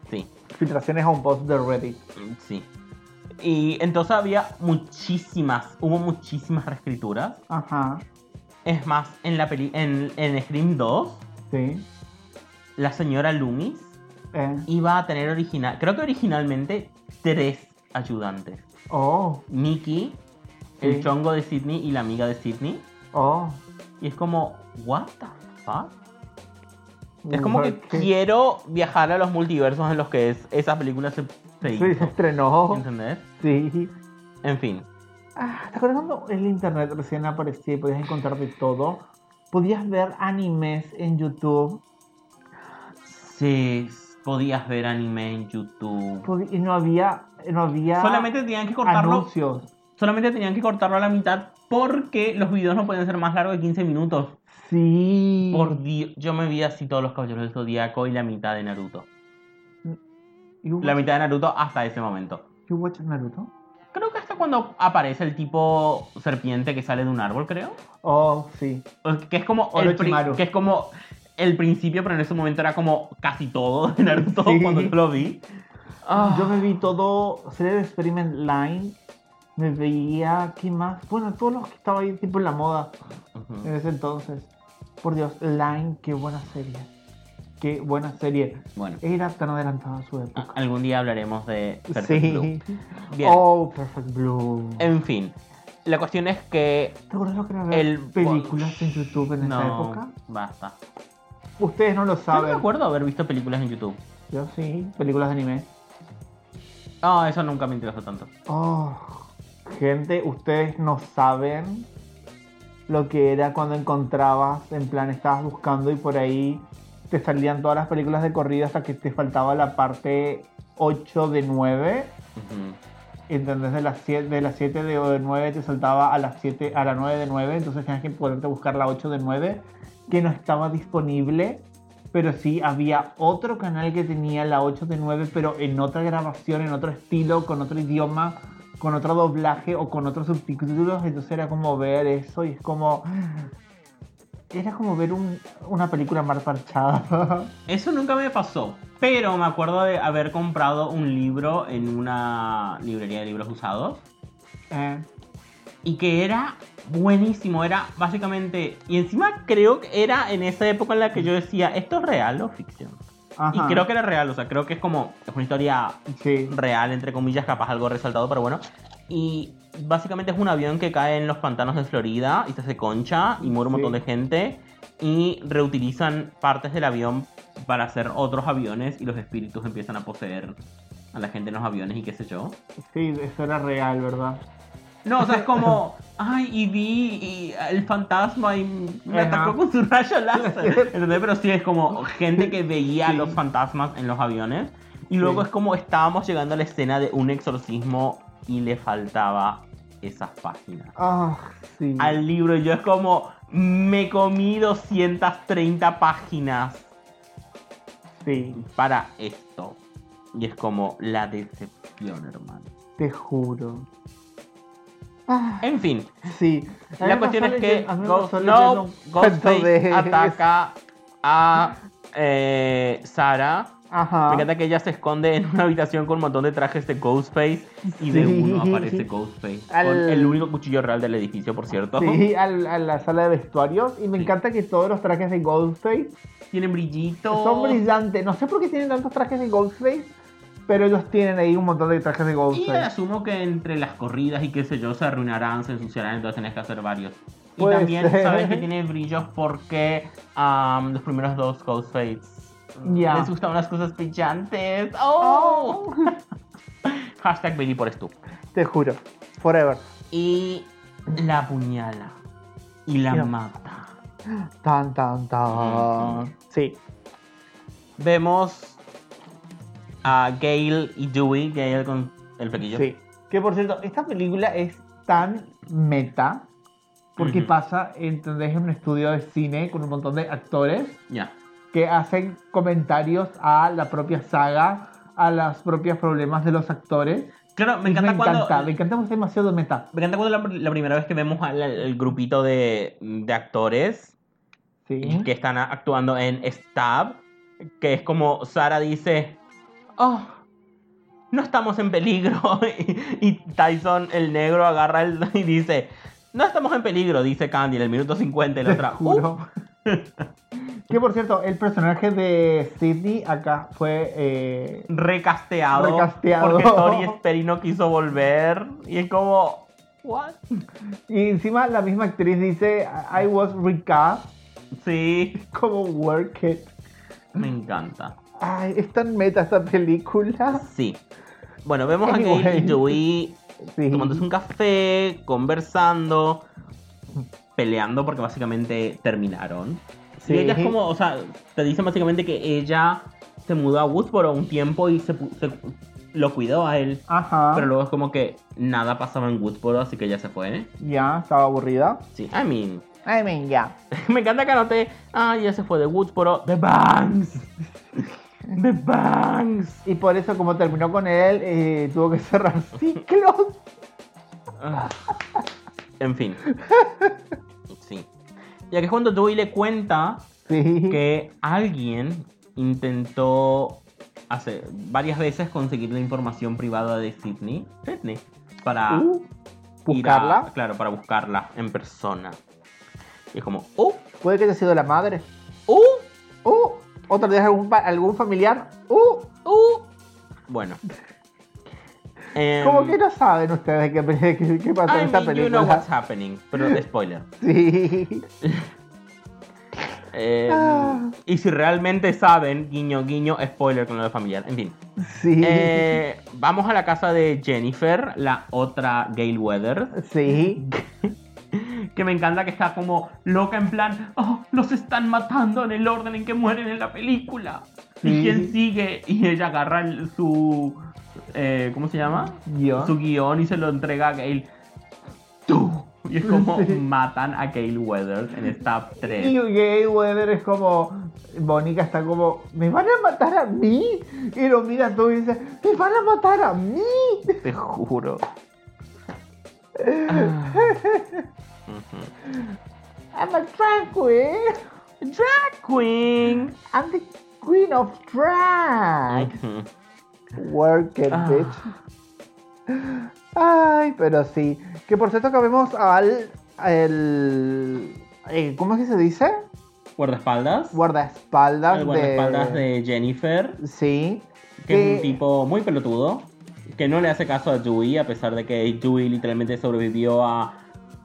Sí. Filtraciones a un post de Reddit. Sí. Y entonces había muchísimas, hubo muchísimas reescrituras. Ajá. Es más, en la peli en, en Scream 2, Sí. la señora Loomis Eh, iba a tener original, creo que originalmente tres ayudantes. Oh, Mickey, el Sí. chongo de Sidney y la amiga de Sidney. oh. Y es como, what the fuck? Es Mm, como que Porque- quiero viajar a los multiversos en los que es, esa película se, se Sí, se hizo, estrenó. ¿Entendés? Sí. En fin. Ah, ¿Te acuerdas cuando el internet recién aparecía y podías encontrar de todo? Podías ver animes en YouTube. Sí, podías ver anime en YouTube. Porque no había. No había Solamente tenían que cortarlo. anuncios. Solamente tenían que cortarlo a la mitad porque los videos no pueden ser más largos de 15 minutos. Sí. Por Dios, yo me vi así todos los caballeros del Zodíaco y la mitad de Naruto. You La watch- mitad de Naruto hasta ese momento. you watch Naruto? Creo que hasta cuando aparece el tipo serpiente que sale de un árbol, creo. Oh, sí. O- Que es como el, pri- Orochimaru. que es como el principio, pero en ese momento era como casi todo de Naruto Sí. Ah. cuando yo lo vi. Ah. Yo me vi todo Series Experiment Line. Me veía, ¿qué más? Bueno, todos los que estaba ahí, tipo en la moda Ujú. en ese entonces. Por Dios, Line, qué buena serie. Qué buena serie. Bueno, Era tan adelantada a su a- época. algún día hablaremos de Ah, Perfect Blue. Sí. Bien. Oh, Perfect Blue. En fin, la cuestión es que. ¿Te acuerdas lo que era ver El- películas en YouTube en esa No, época? basta. Ustedes no lo Yo no me saben. acuerdo haber visto películas en YouTube. Yo sí, películas de anime. Ah, eso nunca me interesó tanto. Oh, gente, ustedes no saben lo que era cuando encontrabas, en plan, estabas buscando y por ahí te salían todas las películas de corrida hasta que te faltaba la parte 8 de 9. Ujú. Entonces de las 7 de, las 7 de, o de 9 te saltaba a las 7, a la 9 de 9, entonces tenías que ponerte a buscar la 8 de 9, que no estaba disponible, pero sí había otro canal que tenía la 8 de 9, pero en otra grabación, en otro estilo, con otro idioma, con otro doblaje o con otros subtítulos, entonces era como ver eso y es como... Era como ver un- una película mal parchada. Eso nunca me pasó, pero me acuerdo de haber comprado un libro en una librería de libros usados Eh, y que era buenísimo, era básicamente, y encima creo que era en esa época en la que yo decía, ¿esto es real o ficción? ajá. Y creo que era real, o sea, creo que es como es una historia Sí. real, entre comillas, capaz algo resaltado, pero bueno. Y básicamente es un avión que cae en los pantanos de Florida y se hace concha y muere un Sí. montón de gente. Y reutilizan partes del avión para hacer otros aviones y los espíritus empiezan a poseer a la gente en los aviones y qué sé yo. Sí, eso era real, ¿verdad? No, o sea, es como, ay, y vi y el fantasma y me Ajá. atacó con su rayo láser. ¿Entendés? Pero sí, es como gente que veía a Sí. los fantasmas en los aviones. Y luego Sí. es como estábamos llegando a la escena de un exorcismo y le faltaba esas páginas. Ah, sí. Al libro yo es como, me comí 230 páginas Sí, para esto. Y es como la decepción, hermano. te juro. Ah, En fin, sí. A mí La me cuestión pasó es que leyendo- a mí me Ghost- pasó leyendo no, un cuento Ghostface de- ataca a eh, Sara. Ajá. Me encanta que ella se esconde en una habitación con un montón de trajes de Ghostface y de Sí. uno aparece Ghostface. Con Al- el único cuchillo real del edificio, por cierto. Sí, al- a la sala de vestuarios. Y me Sí. encanta que todos los trajes de Goldface Tienen brillitos. son brillantes. No sé por qué tienen tantos trajes de Goldface, pero ellos tienen ahí un montón de trajes de Y Goldface. asumo que entre las corridas y qué sé yo se arruinarán, se ensuciarán, entonces tenés que hacer varios. Y Puede también ser. sabes que tiene brillos porque am, los primeros dos Ghostface Ya. les gustan las cosas brillantes. ¡Oh! Oh, Hashtag Billy por esto. te juro. Forever. Y la apuñala. Y la Mira. mata. Tan, tan, tan. Sí. Vemos a Gail y Dewey. Gail con el flequillo. Sí. Que por cierto, esta película es tan meta porque Ujú. pasa, entendés, en un estudio de cine con un montón de actores Ya. que hacen comentarios a la propia saga, a los propios problemas de los actores. Claro, me Y encanta me cuando. Encanta, me encanta porque es demasiado meta. me encanta cuando la, la primera vez que vemos al al grupito de, de actores Sí. que están a- actuando en Stab, que es como Sara dice, oh, no estamos en peligro. Y, y Tyson, el negro, agarra el y dice, no estamos en peligro, dice Candy en el minuto 50 y la Te otra, "Uh, juro. que por cierto, el personaje de Sidney acá fue. eh, recasteado, Recasteado. porque Tori Speri no quiso volver. Y es como, what? Y encima la misma actriz dice: I was recast Sí, como work it. me encanta. Ay, es tan meta esta película. Sí. Bueno, vemos a Gail y Anyway. Dewey Sí. tomándose un café, conversando, peleando porque básicamente terminaron. Sí. Y ella es como, o sea, te dicen básicamente que ella se mudó a Woodsboro un tiempo y se, pu- se- lo cuidó a él. Ajá. Pero luego es como que nada pasaba en Woodsboro, así que ya se fue. ¿eh? Ya, estaba aburrida. Sí, I mean. I mean, ya. Me encanta que anoté. Ah, ya se fue de Woodsboro. The Bangs. The Bangs. Y por eso, como terminó con él, eh, tuvo que cerrar ciclos. Ah. En fin. Sí. Ya que es cuando Dewey le cuenta Sí. que alguien intentó hacer varias veces conseguir la información privada de Sidney, Sidney para Uh, ir a- buscarla. claro, para buscarla en persona. Y es como, ¡uh! Puede que haya sido la madre. ¡uh! Uh, otra vez algún, pa- algún familiar. Uh, ¡uh! Bueno. Em, como que no saben ustedes qué, pe- qué- qué pasó I en esta mean, you película. know what's happening, pero spoiler. Sí. Em, Ah. y si realmente saben, guiño, guiño, spoiler con lo de familiar. En fin. Sí. Eh, vamos a la casa de Jennifer, la otra Gail Weather, Sí. que me encanta que está como loca en plan, oh, los están matando en el orden en que mueren en la película. Sí. ¿Y quién sigue? Y ella agarra el- su... eh, ¿Cómo se llama? Guión. Su guión y se lo entrega a Gail. ¡Tú! Y es como Sí. matan a Gail Weathers en esta 3. Y Gay Weather es como. Mónica está como. ¿Me van a matar a mí? Y lo mira tú y dice: ¿Me van a matar a mí? Te juro. I'm a drag queen. Drag Queen. I'm the queen of drag. Ujú. Work it, Ah. bitch. Ay, pero sí. Que por cierto, que vemos al. El, eh, ¿Cómo es que se dice? Guardaespaldas. Guardaespaldas, El guardaespaldas de Jennifer, Sí. que es un tipo muy pelotudo, que no le hace caso a Dewey, a pesar de que Dewey literalmente sobrevivió a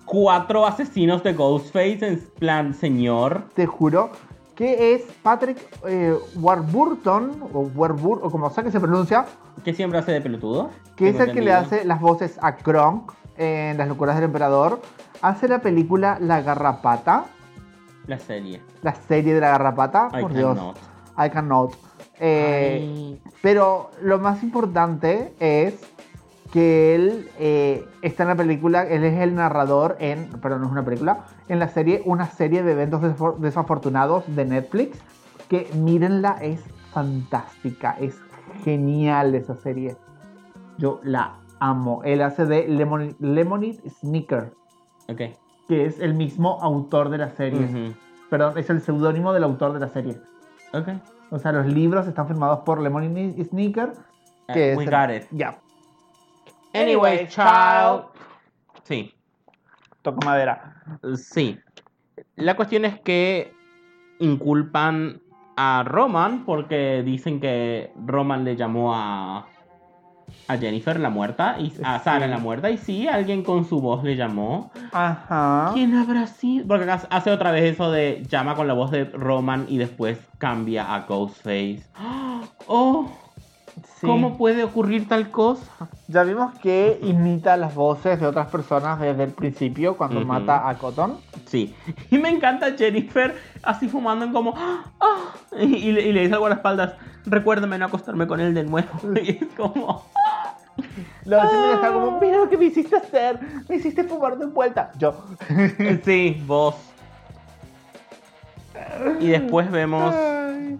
cuatro asesinos de Ghostface en plan señor. Te juro. Que es Patrick eh, Warburton, o Warbur, o como sea que se pronuncia, que siempre hace de pelotudo? que es Tengo el que le entendido. hace las voces a Kronk en Las Locuras del Emperador. Hace la película La Garrapata, La serie. la serie de La Garrapata. I Oh, por Dios. cannot. I cannot. Eh, Ay. Pero lo más importante es que él eh, está en la película, él es el narrador en, perdón, no es una película, en la serie, una serie de eventos desfor- desafortunados de Netflix, que mírenla, es fantástica, es genial esa serie. Yo la amo. Él hace de Lemon, Lemonade Sneaker, Ok. que es el mismo autor de la serie. Ujú. Perdón, es el seudónimo del autor de la serie. Ok. O sea, los libros están firmados por Lemon y Sneaker. Ah, Que we es- got it. Ya. Anyway, child. Sí. Toco madera. Eh, Sí. La cuestión es que inculpan a Roman porque dicen que Roman le llamó a, a Jennifer la muerta y a Sara la muerta. Y sí, alguien con su voz le llamó. Ajá. ¿Quién habrá sido? Porque acá hace otra vez eso de llama con la voz de Roman y después cambia a Ghostface. ¡Ah! ¡Oh! Sí. ¿Cómo puede ocurrir tal cosa? Ya vimos que imita las voces de otras personas desde el principio cuando Ujú. mata a Cotton. Sí. Y me encanta Jennifer así fumando en como... "Ah", y, y le, y le dice al guardaespaldas, recuérdame no acostarme con él de nuevo. Y es como... Lo siempre Ah. está como, mira lo que me hiciste hacer. Me hiciste fumar de vuelta. Yo. Sí, vos. Y después vemos Ay.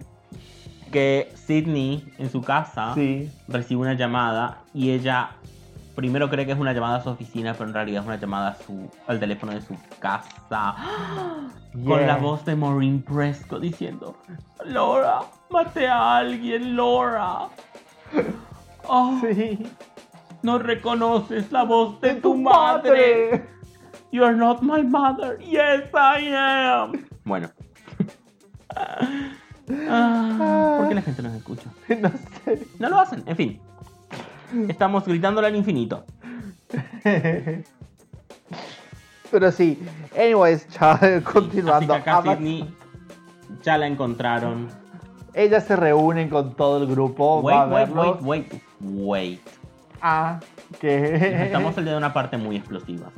que Sidney en su casa Sí. recibe una llamada y ella primero cree que es una llamada a su oficina, pero en realidad es una llamada a su, al teléfono de su casa. Con Yeah. la voz de Maureen Prescott diciendo, Laura, maté a alguien, Laura. Oh, Sí. No reconoces la voz de, tu madre. You're not my mother. Yes, I am. Bueno. Ah, ¿Por qué la gente nos escucha? madre. No sé. No lo hacen, en fin. Estamos gritándole al infinito. Pero sí. Anyways, chao. Continuando. Así que acá Ama- Sidney ya la encontraron. Ellas se reúnen con todo el grupo. Oh, va a Wait, wait, verlos. wait, wait, wait. Ah, que. Estamos al día de una parte muy explosiva.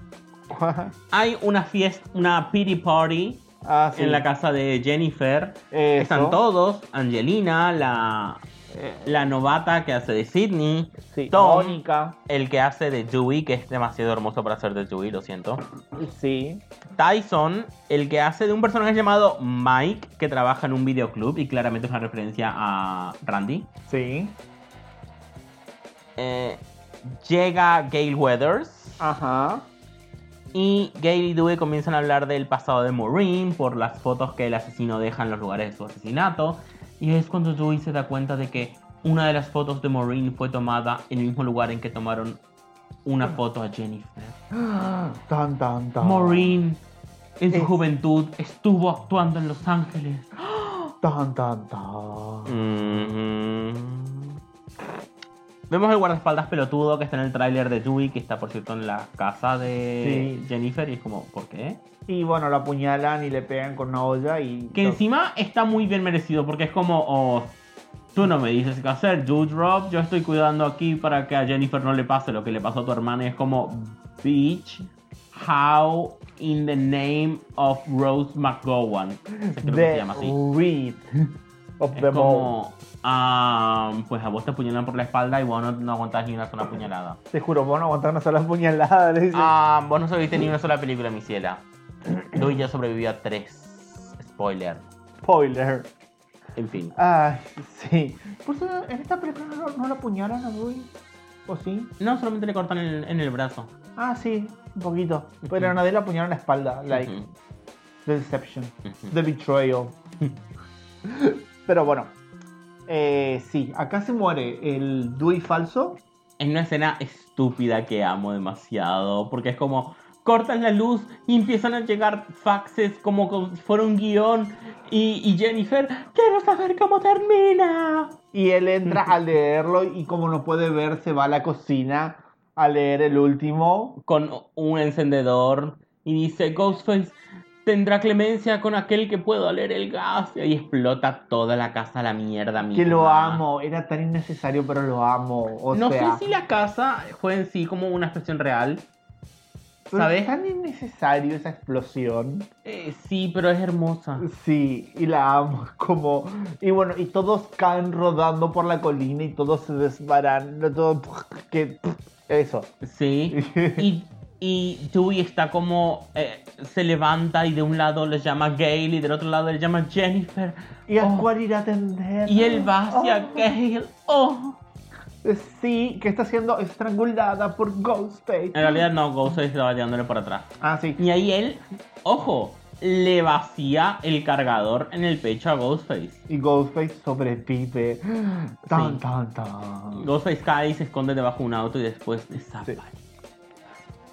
Hay una fiesta, una pity party Ah, sí. en la casa de Jennifer. Eso. Están todos, Angelina, la, Eh, la novata que hace de Sidney, sí, Tom, Mónica. el que hace de Dewey, que es demasiado hermoso para hacer de Dewey, lo siento. Sí. Tyson, el que hace de un personaje llamado Mike, que trabaja en un videoclub y claramente es una referencia a Randy. Sí. Eh, llega Gail Weathers Ajá. y Gail y Dewey comienzan a hablar del pasado de Maureen por las fotos que el asesino deja en los lugares de su asesinato. Y es cuando Dewey se da cuenta de que una de las fotos de Maureen fue tomada en el mismo lugar en que tomaron una foto a Jennifer. Tan, tan, tan. Maureen, en su Es- juventud, estuvo actuando en Los Ángeles. Tan, tan, tan. Mm-hmm. Mm. Vemos el guardaespaldas pelotudo que está en el tráiler de Dewey, que está por cierto en la casa de Sí. Jennifer, y es como, ¿por qué? Y bueno, la apuñalan y le pegan con una olla y. Que encima está muy bien merecido, porque es como, oh, tú no me dices qué hacer, Dude Rob, yo estoy cuidando aquí para que a Jennifer no le pase lo que le pasó a tu hermana, y es como, bitch, how in the name of Rose McGowan, creo que se The llama así. Reed of Es the Mall. como, ah, pues a vos te apuñalan por la espalda y vos no, no aguantás ni una sola puñalada. Te juro, vos no aguantás una sola puñalada. Le dice. Ah, vos no sobreviviste ni una sola película, mi ciela. Luis ya sobrevivió a tres. Spoiler. Spoiler. En fin. Ay, sí. Por eso en esta película no, no la apuñalan a Dewey. ¿O sí? No, solamente le cortan el- en el brazo. Ah, sí, un poquito. Pero Ujú. a nadie le apuñaron la espalda. Like, Ujú, The Deception. ujú. The Betrayal. Pero bueno. Eh, sí, acá se muere el Dewey falso. Es una escena estúpida que amo demasiado. Porque es como. Cortan la luz y empiezan a llegar faxes como, como si fuera un guión. Y, y Jennifer, quiero saber cómo termina. Y él entra a leerlo y como no puede ver, se va a la cocina a leer el último. con un encendedor y dice Ghostface tendrá clemencia con aquel que pueda leer el gas y ahí explota toda la casa a la mierda misma. Que lo amo. Era tan innecesario, pero lo amo. O no sea, sé si la casa fue en sí como una expresión real. pero ¿sabes? es tan innecesario esa explosión. Eh, sí, pero es hermosa. Sí, y la amo es como... Y bueno, y todos caen rodando por la colina y todos se desbaran, todo... Que, eso. Sí. Y, y Dewey está como eh, se levanta y de un lado le llama Gail y del otro lado le llama Jennifer. ¿Y a Oh. cuál irá a atender? Y él va hacia Oh. Gail. Oh. Sí, que está siendo estrangulada por Ghostface. En realidad no, Ghostface estaba llevándole para atrás. Ah, sí. Y ahí él, ojo, le vacía el cargador en el pecho a Ghostface. Y Ghostface sobrevive. Tan, Sí. tan, tan. Ghostface cae y se esconde debajo de un auto y después desaparece.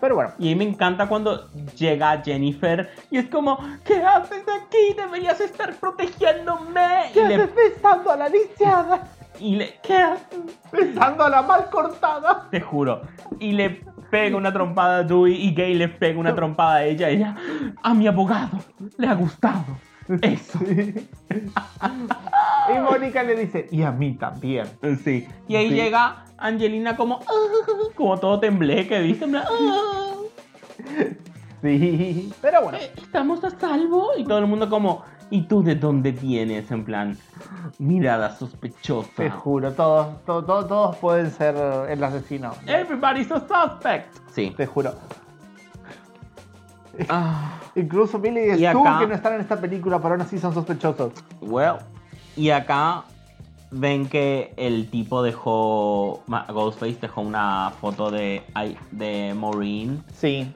Pero bueno, Y ahí me encanta cuando llega Jennifer y es como, ¿qué haces aquí? Deberías estar protegiéndome. ¿qué Y le, haces besando a la lisiada? y le- ¿qué haces? Besando a la mal cortada. Te juro. Y le pega una trompada a Dewey y Gay le pega una trompada a ella. Y ella, a mi abogado le ha gustado. Eso. y Mónica le dice, y a mí también. Sí. Y ahí Sí. llega Angelina como, "Ah", como todo tembleque, ¿viste? En plan, "Ah, Sí. Pero bueno, eh, estamos a salvo. Y todo el mundo como, ¿y tú de dónde vienes? En plan, mirada te sospechosa. juro, todos, to- to- todos pueden ser eh, el asesino. Everybody's a suspect. Sí. Te juro. Ah, Incluso Billy y Y Stu, acá- que no están en esta película, pero aún así son sospechosos. well. Y acá ven que el tipo dejó, Ma- Ghostface dejó una foto de, ay, de Maureen Sí.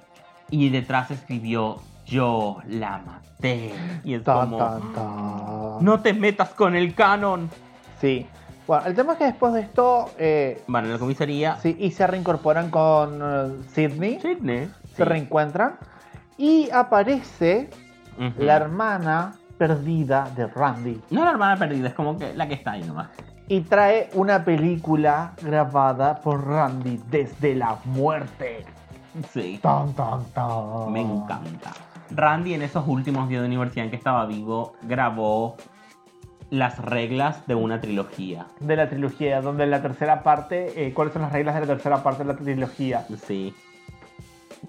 y detrás escribió, yo la maté. Y es Tan, como... tan, tan. No te metas con el canon. Sí. Bueno, el tema es que después de esto, eh, Van a la comisaría. sí, y se reincorporan con eh, Sidney. Sidney. Se reencuentran. Y aparece Ujú. la hermana perdida de Randy. No la hermana perdida, es como que la que está ahí nomás. Y trae una película grabada por Randy desde la muerte. Sí. Tan, tan, tan. Me encanta. Randy en esos últimos días de universidad en que estaba vivo grabó las reglas de una trilogía. De la trilogía, donde en la tercera parte, eh, ¿cuáles son las reglas de la tercera parte de la trilogía? Sí.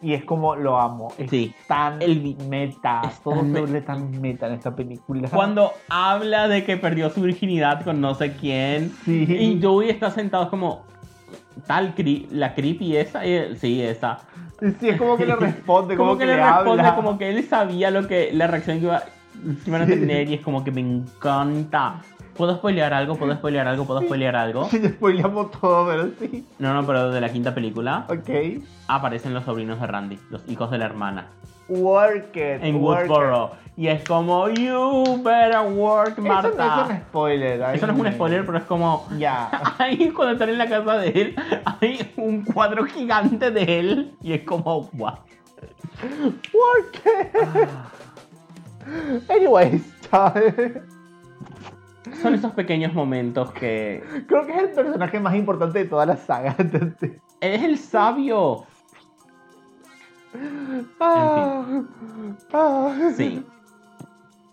y es como lo amo. Es Sí. tan El- meta. es Todo tan se me- vuelve tan meta en esta película. Cuando habla de que perdió su virginidad con no sé quién. Sí. Y Joey está sentado como. Tal, cri- la creepy esa. eh, sí, esa. Sí, es como que le responde, como, Como que le responde, habla. como que él sabía lo que la reacción que, iba, que iban a Sí. tener. Y es como que me encanta. ¿Puedo spoilear algo? ¿Puedo spoilear algo? ¿Puedo spoilear algo? Sí, después llamo todo, pero sí. No, no, pero de la quinta película Ok. aparecen los sobrinos de Randy, los hijos de la hermana, Work it. en work it. Woodsboro. Y es como, you better work, Eso no Marta. es un spoiler. ay, Eso no es un spoiler, pero es como. Ya. Ahí cuando están en la casa de él, hay un cuadro gigante de él. Y es como, what? Work Ah. it. Anyways, chao. Son esos pequeños momentos que. Creo que es el personaje más importante de toda la saga. entonces. Él es el sabio. Ah, ah. Sí.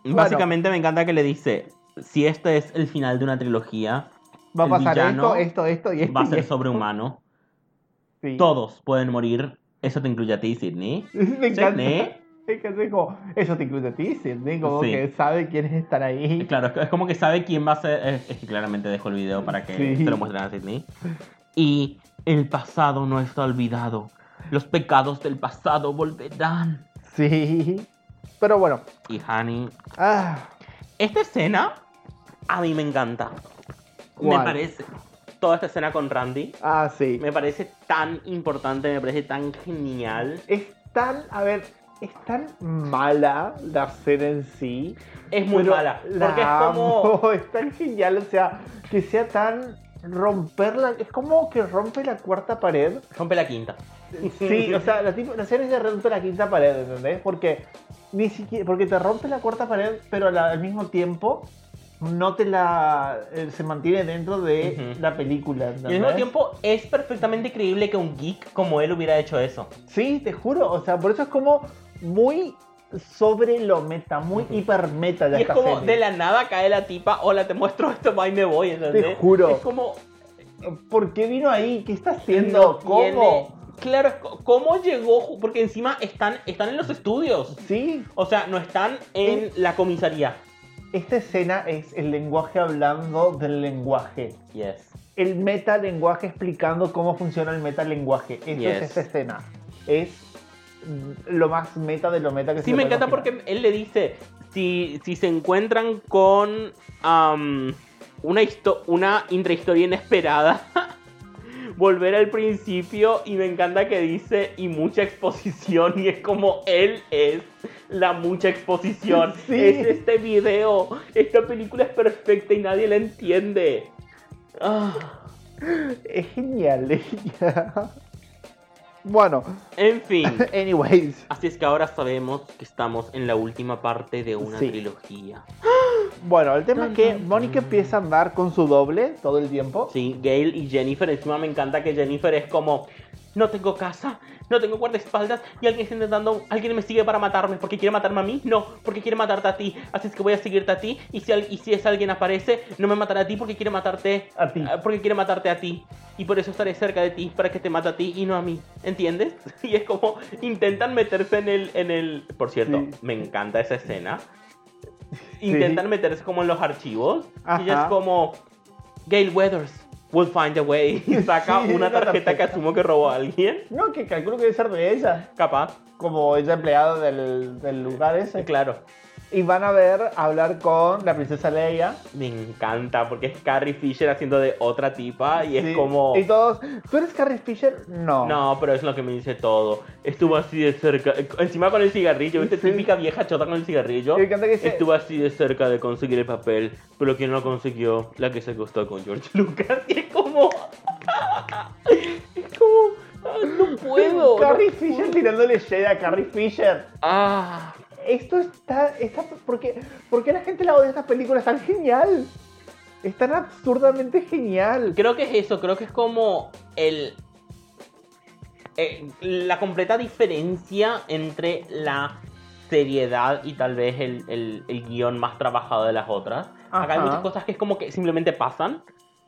Bueno. Básicamente me encanta que le dice: si este es el final de una trilogía, Va a El pasar villano esto, esto, esto y esto. va a y ser esto. sobrehumano. Sí. Todos pueden morir. Eso te incluye a ti, Sidney. Me encanta. Sidney. Es que es como, eso te incluye a ti, Sidney, como ¿eh? Sí. que sabe quiénes están ahí. Claro, es- es como que sabe quién va a ser. Es, es que claramente dejo el video para que Sí. se lo muestren a Sidney. Y el pasado no está olvidado. Los pecados del pasado volverán. Sí. Pero bueno. Y Honey. Ah, Esta escena a mí me encanta. ¿Cuál? Me parece. Toda esta escena con Randy ah, sí. me parece tan importante, me parece tan genial. Es tan, a ver, es tan mala la escena en sí. Es muy Pero mala. la Porque es como. amo, es tan genial, o sea, que sea tan romperla, es como que rompe la cuarta pared. Rompe la quinta. Sí, o sea, la, tipo, la serie se rompe la quinta pared, ¿entendés? Porque ni siquiera, porque te rompe la cuarta pared, pero a la- al mismo tiempo no te la eh, se mantiene dentro de Ujú. la película, Y ¿entendés? al mismo tiempo es perfectamente creíble que un geek como él hubiera hecho eso. Sí, te juro, o sea, por eso es como muy sobre lo meta, muy Ujú. hiper meta ya Y es esta como serie. de la nada cae la tipa, hola, te muestro esto, va y me voy, ¿entendés? Te juro. Es como. ¿Por qué vino ahí? ¿Qué está haciendo? no tiene- ¿Cómo? Claro, es co- ¿cómo llegó? Porque encima están, están en los estudios. Sí, O sea, no están en la comisaría. esta escena es el lenguaje hablando del lenguaje. Yes. el metalenguaje explicando cómo funciona el metalenguaje. Eso es Yes. esta escena. Es mm, lo más meta de lo meta que se Sí, me puede encanta imaginar. porque él le dice, si, si se encuentran con am, una, histo- una intrahistoria inesperada, volver al principio y me encanta que dice, y mucha exposición, y es como él es la mucha exposición. Sí. Es este video, esta película es perfecta y nadie la entiende. Ah, Es genial, es genial. Bueno, en fin. anyways. Así es que ahora sabemos que estamos en la última parte de una Sí. trilogía. Bueno, el tema es que Dun, dun, Mónica dun. empieza a andar con su doble todo el tiempo. Sí, Gail y Jennifer. Encima me encanta que Jennifer es como, no tengo casa, no tengo guardaespaldas y alguien está intentando, alguien me sigue para matarme porque quiere matarme a mí. No, porque quiere matarte a ti. Así es que voy a seguirte a ti y si, al- y si es alguien aparece, no me matará a ti porque quiere matarte A ti. ah, Porque quiere matarte a ti. Y por eso estaré cerca de ti para que te mate a ti y no a mí. ¿Entiendes? Y es como intentan meterse en el... En el... Por cierto, Sí. me encanta esa escena. Intentan meterse como en los archivos. Y ella Ajá. es como... Gail Weathers will find a way. Y saca Sí, una una tarjeta que tarjeta. asumo que robó a alguien. No, que calculo que debe ser de ella, Capaz. como ella empleada del, del lugar ese. Claro. Y van a ver, a hablar con la princesa Leia. Me encanta porque es Carrie Fisher haciendo de otra tipa y Sí. es como... Y todos, ¿tú eres Carrie Fisher? No. No, pero es lo que me dice todo. Estuvo así de cerca. eh, Encima con el cigarrillo, ¿viste? Sí. Típica vieja chota con el cigarrillo. Y me encanta que dice- Estuvo así de cerca de conseguir el papel, pero quien no lo consiguió, la que se acostó con George Lucas. Y es como. es como. ah, no puedo. Carrie no Fisher puedo. tirándole shade a Carrie Fisher. Ah, Esto está. está ¿por, qué, por qué la gente la odia esta película? Es tan genial. Es tan absurdamente genial. creo que es eso. Creo que es como el. eh, la completa diferencia entre la seriedad y tal vez el, el- el guión más trabajado de las otras. Acá hay Ajá. muchas cosas que es como que simplemente pasan.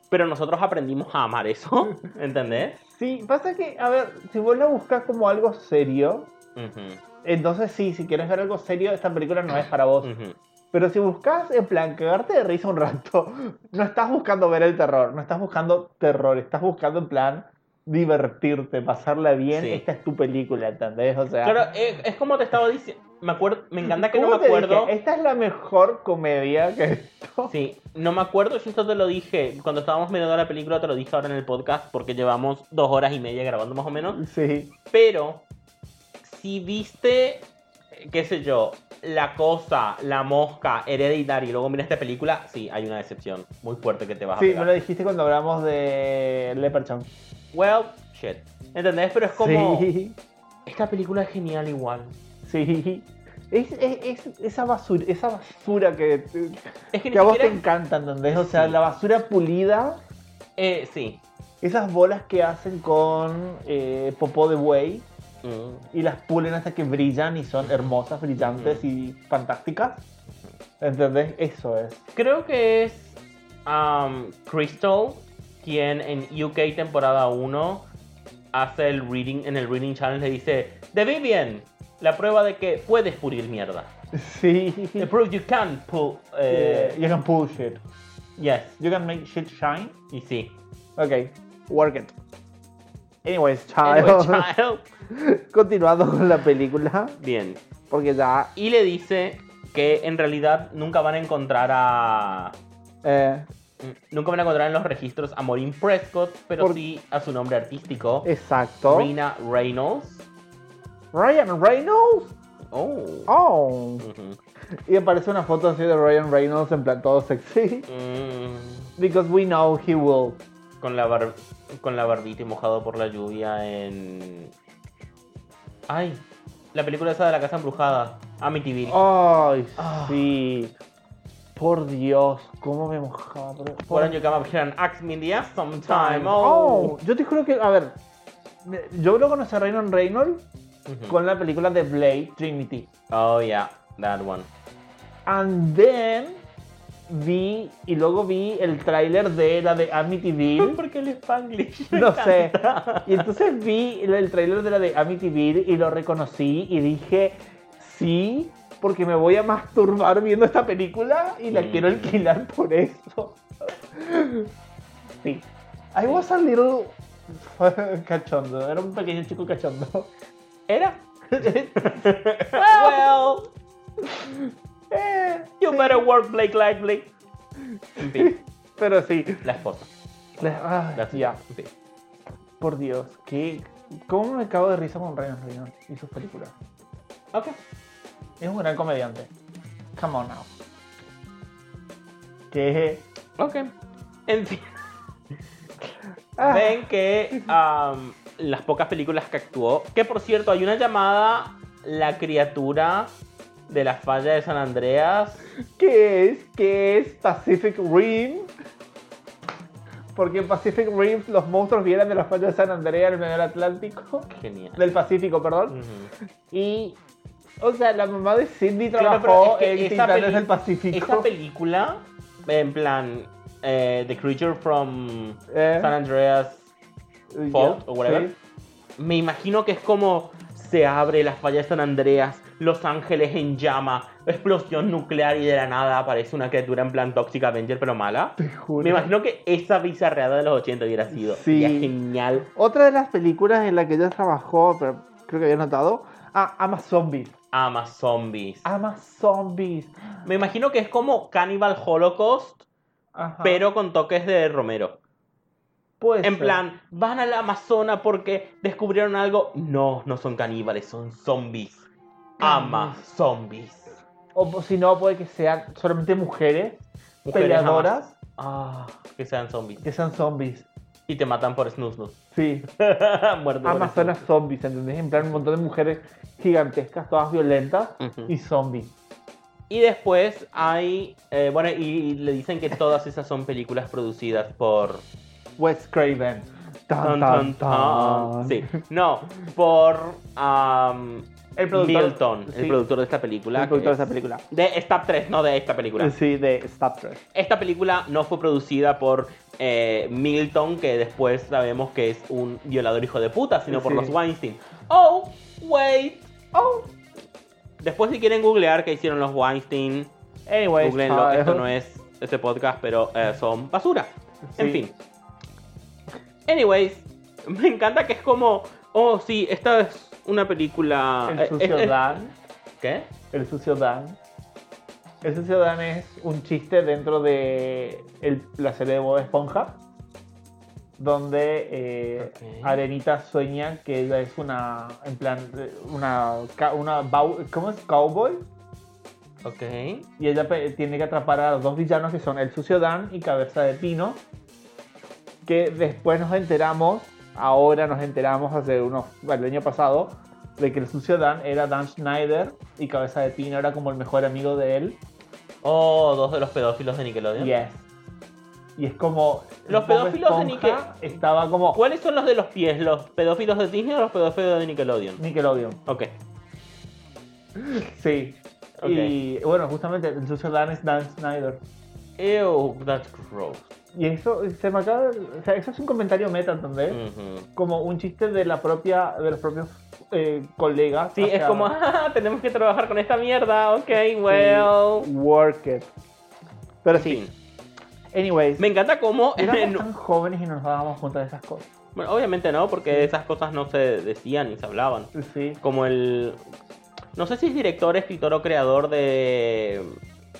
Pero nosotros aprendimos a amar eso, ¿entendés? Sí, pasa que, a ver, si vos la buscas como algo serio, Ujú, entonces sí, si quieres ver algo serio, esta película no es para vos. ujú. Pero si buscas, en plan, cagarte de risa un rato, no estás buscando ver el terror, no estás buscando terror, estás buscando, en plan, divertirte, pasarla bien. Sí. Esta es tu película, ¿entendés? O sea, Claro, eh, es como te estaba diciendo. Me acuerdo, me encanta que no ¿cómo me te dije? acuerdo. Esta es la mejor comedia que esto. Sí, no me acuerdo si esto te lo dije cuando estábamos mirando la película, te lo dije ahora en el podcast porque llevamos dos horas y media grabando más o menos. Sí. Pero si viste, eh, qué sé yo, La Cosa, La Mosca, Hereditary y luego miras esta película, sí, hay una decepción muy fuerte que te vas a Sí, pegar. me lo dijiste cuando hablamos de Leprechaun. Well, shit. ¿Entendés? Pero es como, Sí, esta película es genial igual. sí. Es, es- es esa basura, esa basura que, Es que, que ni a vos te siquiera- encanta, ¿entendés? O sea, Sí. la basura pulida, eh, sí. esas bolas que hacen con eh, popó de buey Mm. y las pulen hasta que brillan y son hermosas, brillantes y fantásticas. ¿Entendés? Eso es. Creo que es um, Crystal quien en UK temporada 1 hace el reading, en el reading challenge le dice The Vivian, la prueba de que puedes pulir mierda. Sí. The proof you can pull. eh, You can pull shit. Yes. You can make shit shine. Y sí. Ok, work it. Anyways, child. Anyway, child. Continuando con la película, Bien. porque ya. Y le dice que en realidad nunca van a encontrar a. eh, Nunca van a encontrar en los registros a Maureen Prescott, pero Por- sí a su nombre artístico. exacto. Rina Reynolds. Ryan Reynolds. Oh. Oh. Ujú. Y aparece una foto así de Ryan Reynolds en plan todo sexy. Mm. Because we know he will. con la bar- con la barbita y mojado por la lluvia en ay la película esa de la casa embrujada Amityville Ay, Ah. sí. Por Dios, cómo me mojaba. pero- Why don't you come up here and ask me in the ass sometime? Oh, Oh. yo te juro que, a ver, me- yo lo conocí a Ryan Reynolds Ujú. con la película de Blade Trinity. Oh, yeah, that one. And then vi, y luego vi el tráiler de la de Amityville. ¿Por qué el Spanglish? No sé. Y entonces vi el, el tráiler de la de Amityville y lo reconocí y dije, sí, porque me voy a masturbar viendo esta película y la Mm. quiero alquilar por eso. Sí. I was a little cachondo, era un pequeño chico cachondo. ¿Era? Well, well, eh, you sí, better work Blake Lively. En fin, Pero sí. la esposa. Ah, La ya. tía. En fin. Por Dios, que ¿cómo me cago de risa con Ryan Reynolds y sus películas? Ok. Es un gran comediante. Come on now. Que Ok. En fin. ah, Ven que am, las pocas películas que actuó. Que por cierto, hay una llamada La criatura de la falla de San Andreas. ¿Qué es? ¿Qué es Pacific Rim? Porque en Pacific Rim los monstruos vienen de la falla de San Andrea en el medio del Atlántico. Genial. Del Pacífico, perdón. Ujú. Y. O sea, la mamá de Sidney Claro, trabajó pero es que en esa Titanes peli- del Pacífico. Esa película, en plan, eh, The Creature from Eh, San Andreas ya, Fault o whatever. sí. Me imagino que es como se abre la falla de San Andreas, Los Ángeles en llama, explosión nuclear y de la nada aparece una criatura en plan Toxic Avenger pero mala. Te juro. Me imagino que esa bizarreada de los 80 hubiera sido. Sí. Sería genial. Otra de las películas en la que ella trabajó, pero creo que había notado, ah, Ama Zombies. Ama zombies. Ama Zombies. Me imagino que es como Cannibal Holocaust, Ajá. pero con toques de Romero. Puede En ser. plan, van a la Amazona porque descubrieron algo. No, no son caníbales, son zombies. Ama zombies. O si no, puede que sean solamente mujeres, Mujeres peleadoras jamás. Ah, que sean zombies. que sean zombies. Y te matan por snus, snus. Sí, Muerto por Amazonas zombies, ¿entendés? En plan, un montón de mujeres gigantescas, todas violentas Ujú. y zombies. Y después hay. eh, bueno, y, y le dicen que todas esas son películas producidas por. Wes Craven. Tan, tan, Tan, tan, tan. tan. Sí. No, por. am, El productor. Milton, Sí. el productor de esta película. El productor que de es- esta película. De Stab 3, no de esta película. Sí, de Stop Trek. Esta película no fue producida por eh, Milton, que después sabemos que es un violador hijo de puta, sino por Sí. los Weinstein. Oh, wait. Oh, Después si quieren googlear qué hicieron los Weinstein, anyway. googleenlo. Esto no es este podcast, pero eh, son basura. En fin. Anyways, me encanta que es como, oh sí, esta es una película... eh, El eh, sucio eh, Dan. ¿Qué? El sucio Dan. El sucio Dan es un chiste dentro de el- la serie de Bob Esponja. Donde eh, Ok. Arenita sueña que ella es una. En plan. Una. ca- una bau- ¿Cómo es? Cowboy. Ok. Y ella pe- tiene que atrapar a los dos villanos que son el sucio Dan y Cabeza de Pino. Que después nos enteramos, ahora nos enteramos hace unos, bueno, el año pasado, de que el sucio Dan era Dan Schneider y Cabeza de Pino era como el mejor amigo de él. Oh, dos de los pedófilos de Nickelodeon. Yes. Y es como. Los Bob pedófilos de Esponja Estaba como. ¿Cuáles son los de los pies? ¿Los pedófilos de Disney o los pedófilos de Nickelodeon? Nickelodeon. Ok. Sí. Ok. Y bueno, justamente el sucio Dan es Dan Schneider. Ew, that's gross. Y eso se me acaba. de- O sea, eso es un comentario meta, ¿entendés? Mm. Ujú. como un chiste de la propia de los propios eh, colegas Sí, hacia- es como, "Ah, tenemos que trabajar con esta mierda, ok, well. work it pero sí Sí. anyways Me encanta cómo... éramos tan jóvenes y nos dábamos cuenta de esas cosas Bueno, obviamente no, porque esas cosas no se decían ni se hablaban. sí Como el... No sé si es director, escritor o creador de...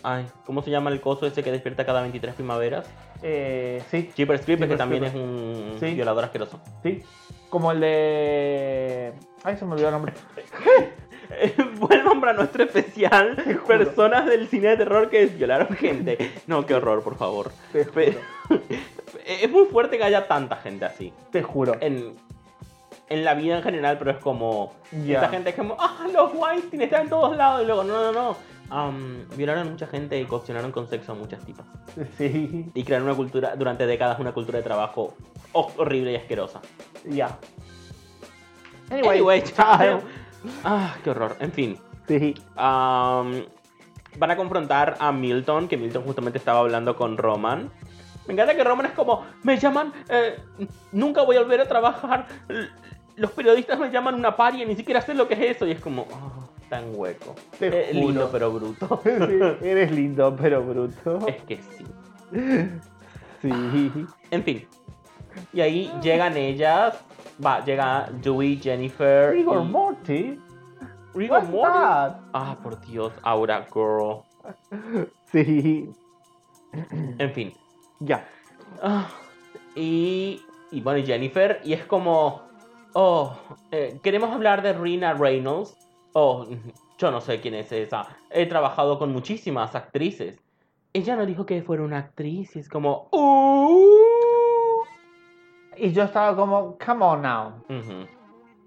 Ay, ¿cómo se llama el coso ese que despierta cada 23 primaveras? eh, sí Jeepers Creepers, que Jeepers también es Creepers. un Sí. violador asqueroso. sí como el de ay se me olvidó el nombre Buen nombre a nuestro especial, juro. personas del cine de terror que violaron gente. No, qué horror, por favor. te juro, Pero- es muy fuerte que haya tanta gente así. te juro. En, en la vida en general, pero es como... Ya. Esta gente es como, ah, los Weinstein están en todos lados. Y luego, no, no, no. Am, violaron a mucha gente y coaccionaron con sexo a muchas tipas. sí Y crearon una cultura, durante décadas, una cultura de trabajo ho- horrible y asquerosa. ya Anyway, chao. Ah, qué horror. En fin. sí Am, van a confrontar a Milton, que Milton justamente estaba hablando con Roman. Me encanta que Roman es como, me llaman, eh, nunca voy a volver a trabajar. L- Los periodistas me llaman una paria, ni siquiera sé lo que es eso. Y es como, "Ah, tan hueco. Te Eh, juro. lindo pero bruto. Sí, eres lindo pero bruto es que sí. sí En fin. Y ahí llegan ellas. Va, llega Dewey, Jennifer. Rigor y- Morty Rigor What's Mortis. that? Ah, por Dios, Aura Girl. sí En fin. ya Ah, y, y bueno, y Jennifer, y es como, oh, eh, queremos hablar de Rina Reynolds. Oh, yo no sé quién es esa. He trabajado con muchísimas actrices. Ella no dijo que fuera una actriz, y es como, "Uh". Y yo estaba como, come on now. Ujú.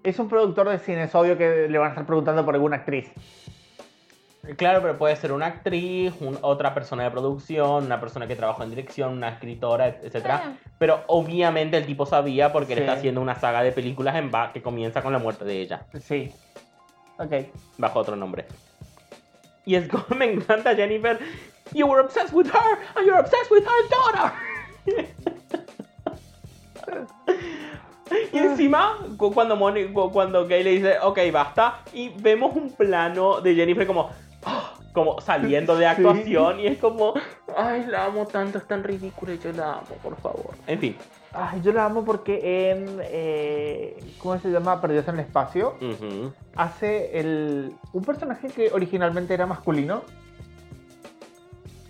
Es un productor de cine, es obvio que le van a estar preguntando por alguna actriz. Claro, pero puede ser una actriz, un- otra persona de producción, una persona que trabajó en dirección, una escritora, etc. Pero obviamente el tipo sabía porque él Sí. está haciendo una saga de películas en va que comienza con la muerte de ella. Sí. Ok. bajo otro nombre. Y es como me encanta Jennifer. You were obsessed with her and you're obsessed with her daughter. y encima, cu- cuando, Moni- cu- cuando Gay le dice, ok, basta, y vemos un plano de Jennifer como, ah, como saliendo de actuación y es como, ay, la amo tanto, es tan ridícula y yo la amo, por favor. En fin. Ay, yo la amo porque en. eh, ¿Cómo se llama? Perdidos en el espacio. Ujú. Hace el, un personaje que originalmente era masculino.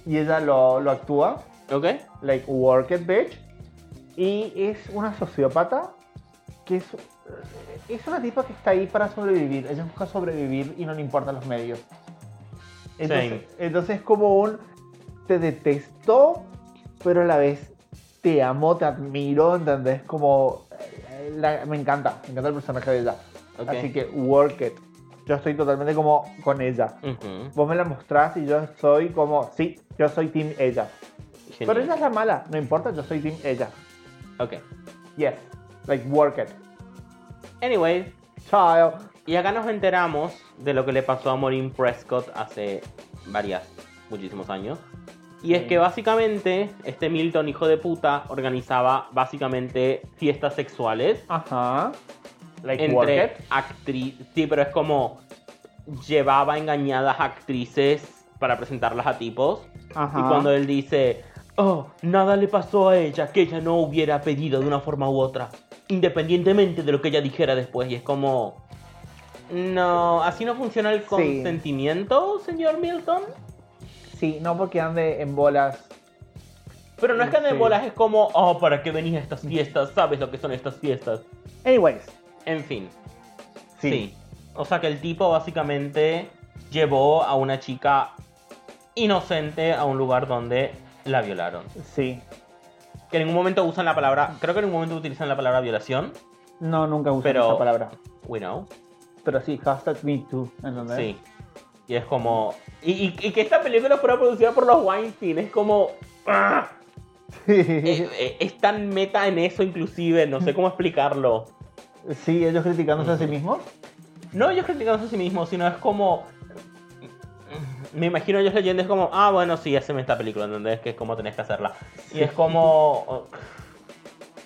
Y ella lo, lo actúa. ¿Ok? Like, work it, bitch. Y es una sociópata que es. Es una tipa que está ahí para sobrevivir. Ella busca sobrevivir y no le importan los medios. Entonces, entonces es como un. Te detesto, pero a la vez te amo, te admiro, ¿entendés? Como. eh, la- me encanta, me encanta el personaje de ella. Ok. Así que, work it. Yo estoy totalmente como con ella. Ujú. Vos me la mostrás y yo soy como. Sí, yo soy team ella. Pero ella Genial. es la mala, no importa, yo soy team ella. Ok. Yes, like work it. Anyways, Child. Y acá nos enteramos de lo que le pasó a Maureen Prescott hace varias, muchísimos años. Y es que básicamente este Milton, hijo de puta, organizaba básicamente fiestas sexuales Ajá. Like entre actrices. Sí, pero es como llevaba engañadas actrices para presentarlas a tipos. Ajá. Y cuando él dice, oh, nada le pasó a ella que ella no hubiera pedido de una forma u otra, independientemente de lo que ella dijera después. Y es como, no, así no funciona el consentimiento, señor Milton. Sí, no porque ande en bolas. Pero no es que de Sí. bolas es como, oh, ¿para qué venís a estas fiestas? ¿Sabes lo que son estas fiestas? Anyways. En fin, sí. O sea que el tipo básicamente llevó a una chica inocente a un lugar donde la violaron. Sí. Que en ningún momento usan la palabra, creo que en ningún momento utilizan la palabra violación. No, nunca usé Pero- esa palabra. We know. Pero sí, hashtag me too. ¿Entendés? Sí. Y es como. Y, y- y que esta película fuera producida por los Weinstein. Es como. ¡ah! Eh, eh, es tan meta en eso, inclusive. No sé cómo explicarlo. sí, ellos criticándose a sí Ujú. mismos. No ellos criticándose a sí mismos, sino es como. Me imagino ellos leyendo, es como. Ah, bueno, sí, haceme esta película, ¿entendés? Que es como tenés que hacerla. Y es como.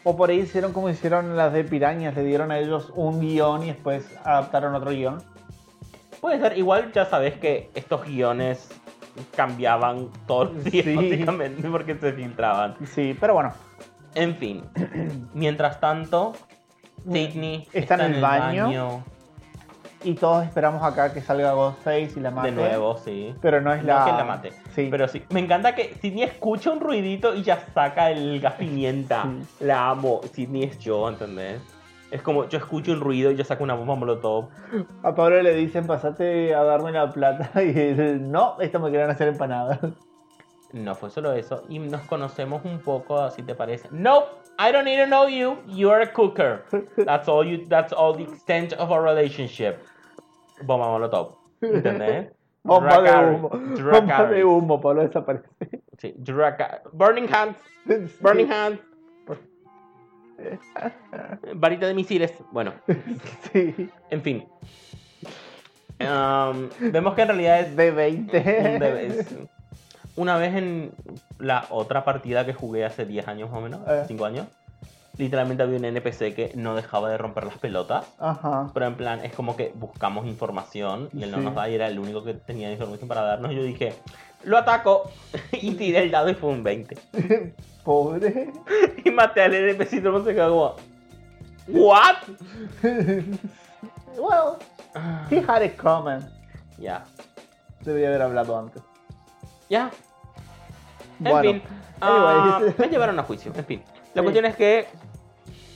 O por ahí hicieron como hicieron las de pirañas, le dieron a ellos un guión y después adaptaron otro guión. Puede ser, igual ya sabés que estos guiones cambiaban todos los días, Sí. básicamente, porque se filtraban. Sí, pero bueno. En fin, mientras tanto, Sidney Está en el baño. baño Y todos esperamos acá que salga Ghostface y la mate. de nuevo, sí. Pero no es No la. que la mate. Sí. Pero sí, me encanta que Sidney escucha un ruidito y ya saca el gas pimienta. Sí. La amo. Sidney es yo, ¿entendés? Es como yo escucho un ruido y yo saco una bomba molotov. A Pablo le dicen, pasate a darme la plata. Y él, no, esto me querían hacer empanadas. No fue solo eso. Y nos conocemos un poco, si te parece. No, I don't need to know you. You're a cooker. That's all you. That's all the extent of our relationship. Bomba molotov. ¿Entendés? Bomba de Dracarys. humo. Bomba Dracarys. de humo, Pablo desaparece. Sí, Draca- Burning Hands. Burning Hands. Varita de misiles. Bueno, Sí. en fin. Em, vemos que en realidad es De 20. un debe- Una vez en la otra partida que jugué hace 10 años más o menos, Eh. 5 años, literalmente había un NPC que no dejaba de romper las pelotas. Ajá. Pero en plan, es como que buscamos información y él no Sí. nos da y era el único que tenía información para darnos. Y yo dije, lo ataco y tiré el dado y fue un 20. Pobre. Y maté al NPC y todo el mundo se quedó como, ¿What? Well, he had it coming. Ya, ya. Debería haber hablado antes. En Bueno, fin, ah, anyways. me llevaron a juicio. En fin, la Sí. cuestión es que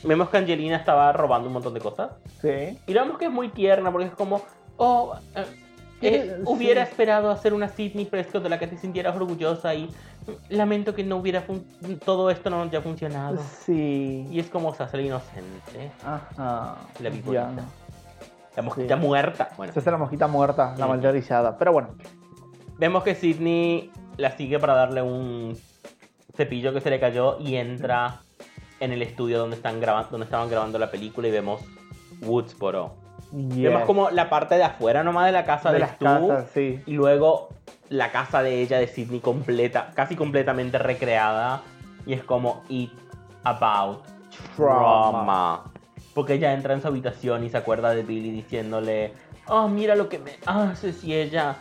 vemos que Angelina estaba robando un montón de cosas. Sí. Y lo vemos que es muy tierna porque es como, oh, eh, eh, Sí. hubiera esperado hacer una Sydney Fresco de la que te sintieras orgullosa y mm, lamento que no hubiera fun- todo esto no haya funcionado. Sí. Y es como, o sea, ser inocente. Ajá. La vi Ya. bonita. La mosquita Sí. muerta. Bueno, Se hace la mosquita muerta, la Mm. mayorizada. Pero bueno. vemos que Sydney la sigue para darle un cepillo que se le cayó y entra en el estudio donde, están grabando, donde estaban grabando la película y vemos Woodsboro. Vemos yes. como la parte de afuera nomás de la casa de, de las tú. casas, sí. Y luego la casa de ella de Sydney completa, casi completamente recreada. Y es como It About Trauma. Porque ella entra en su habitación y se acuerda de Billy diciéndole, oh, mira lo que me haces y ella,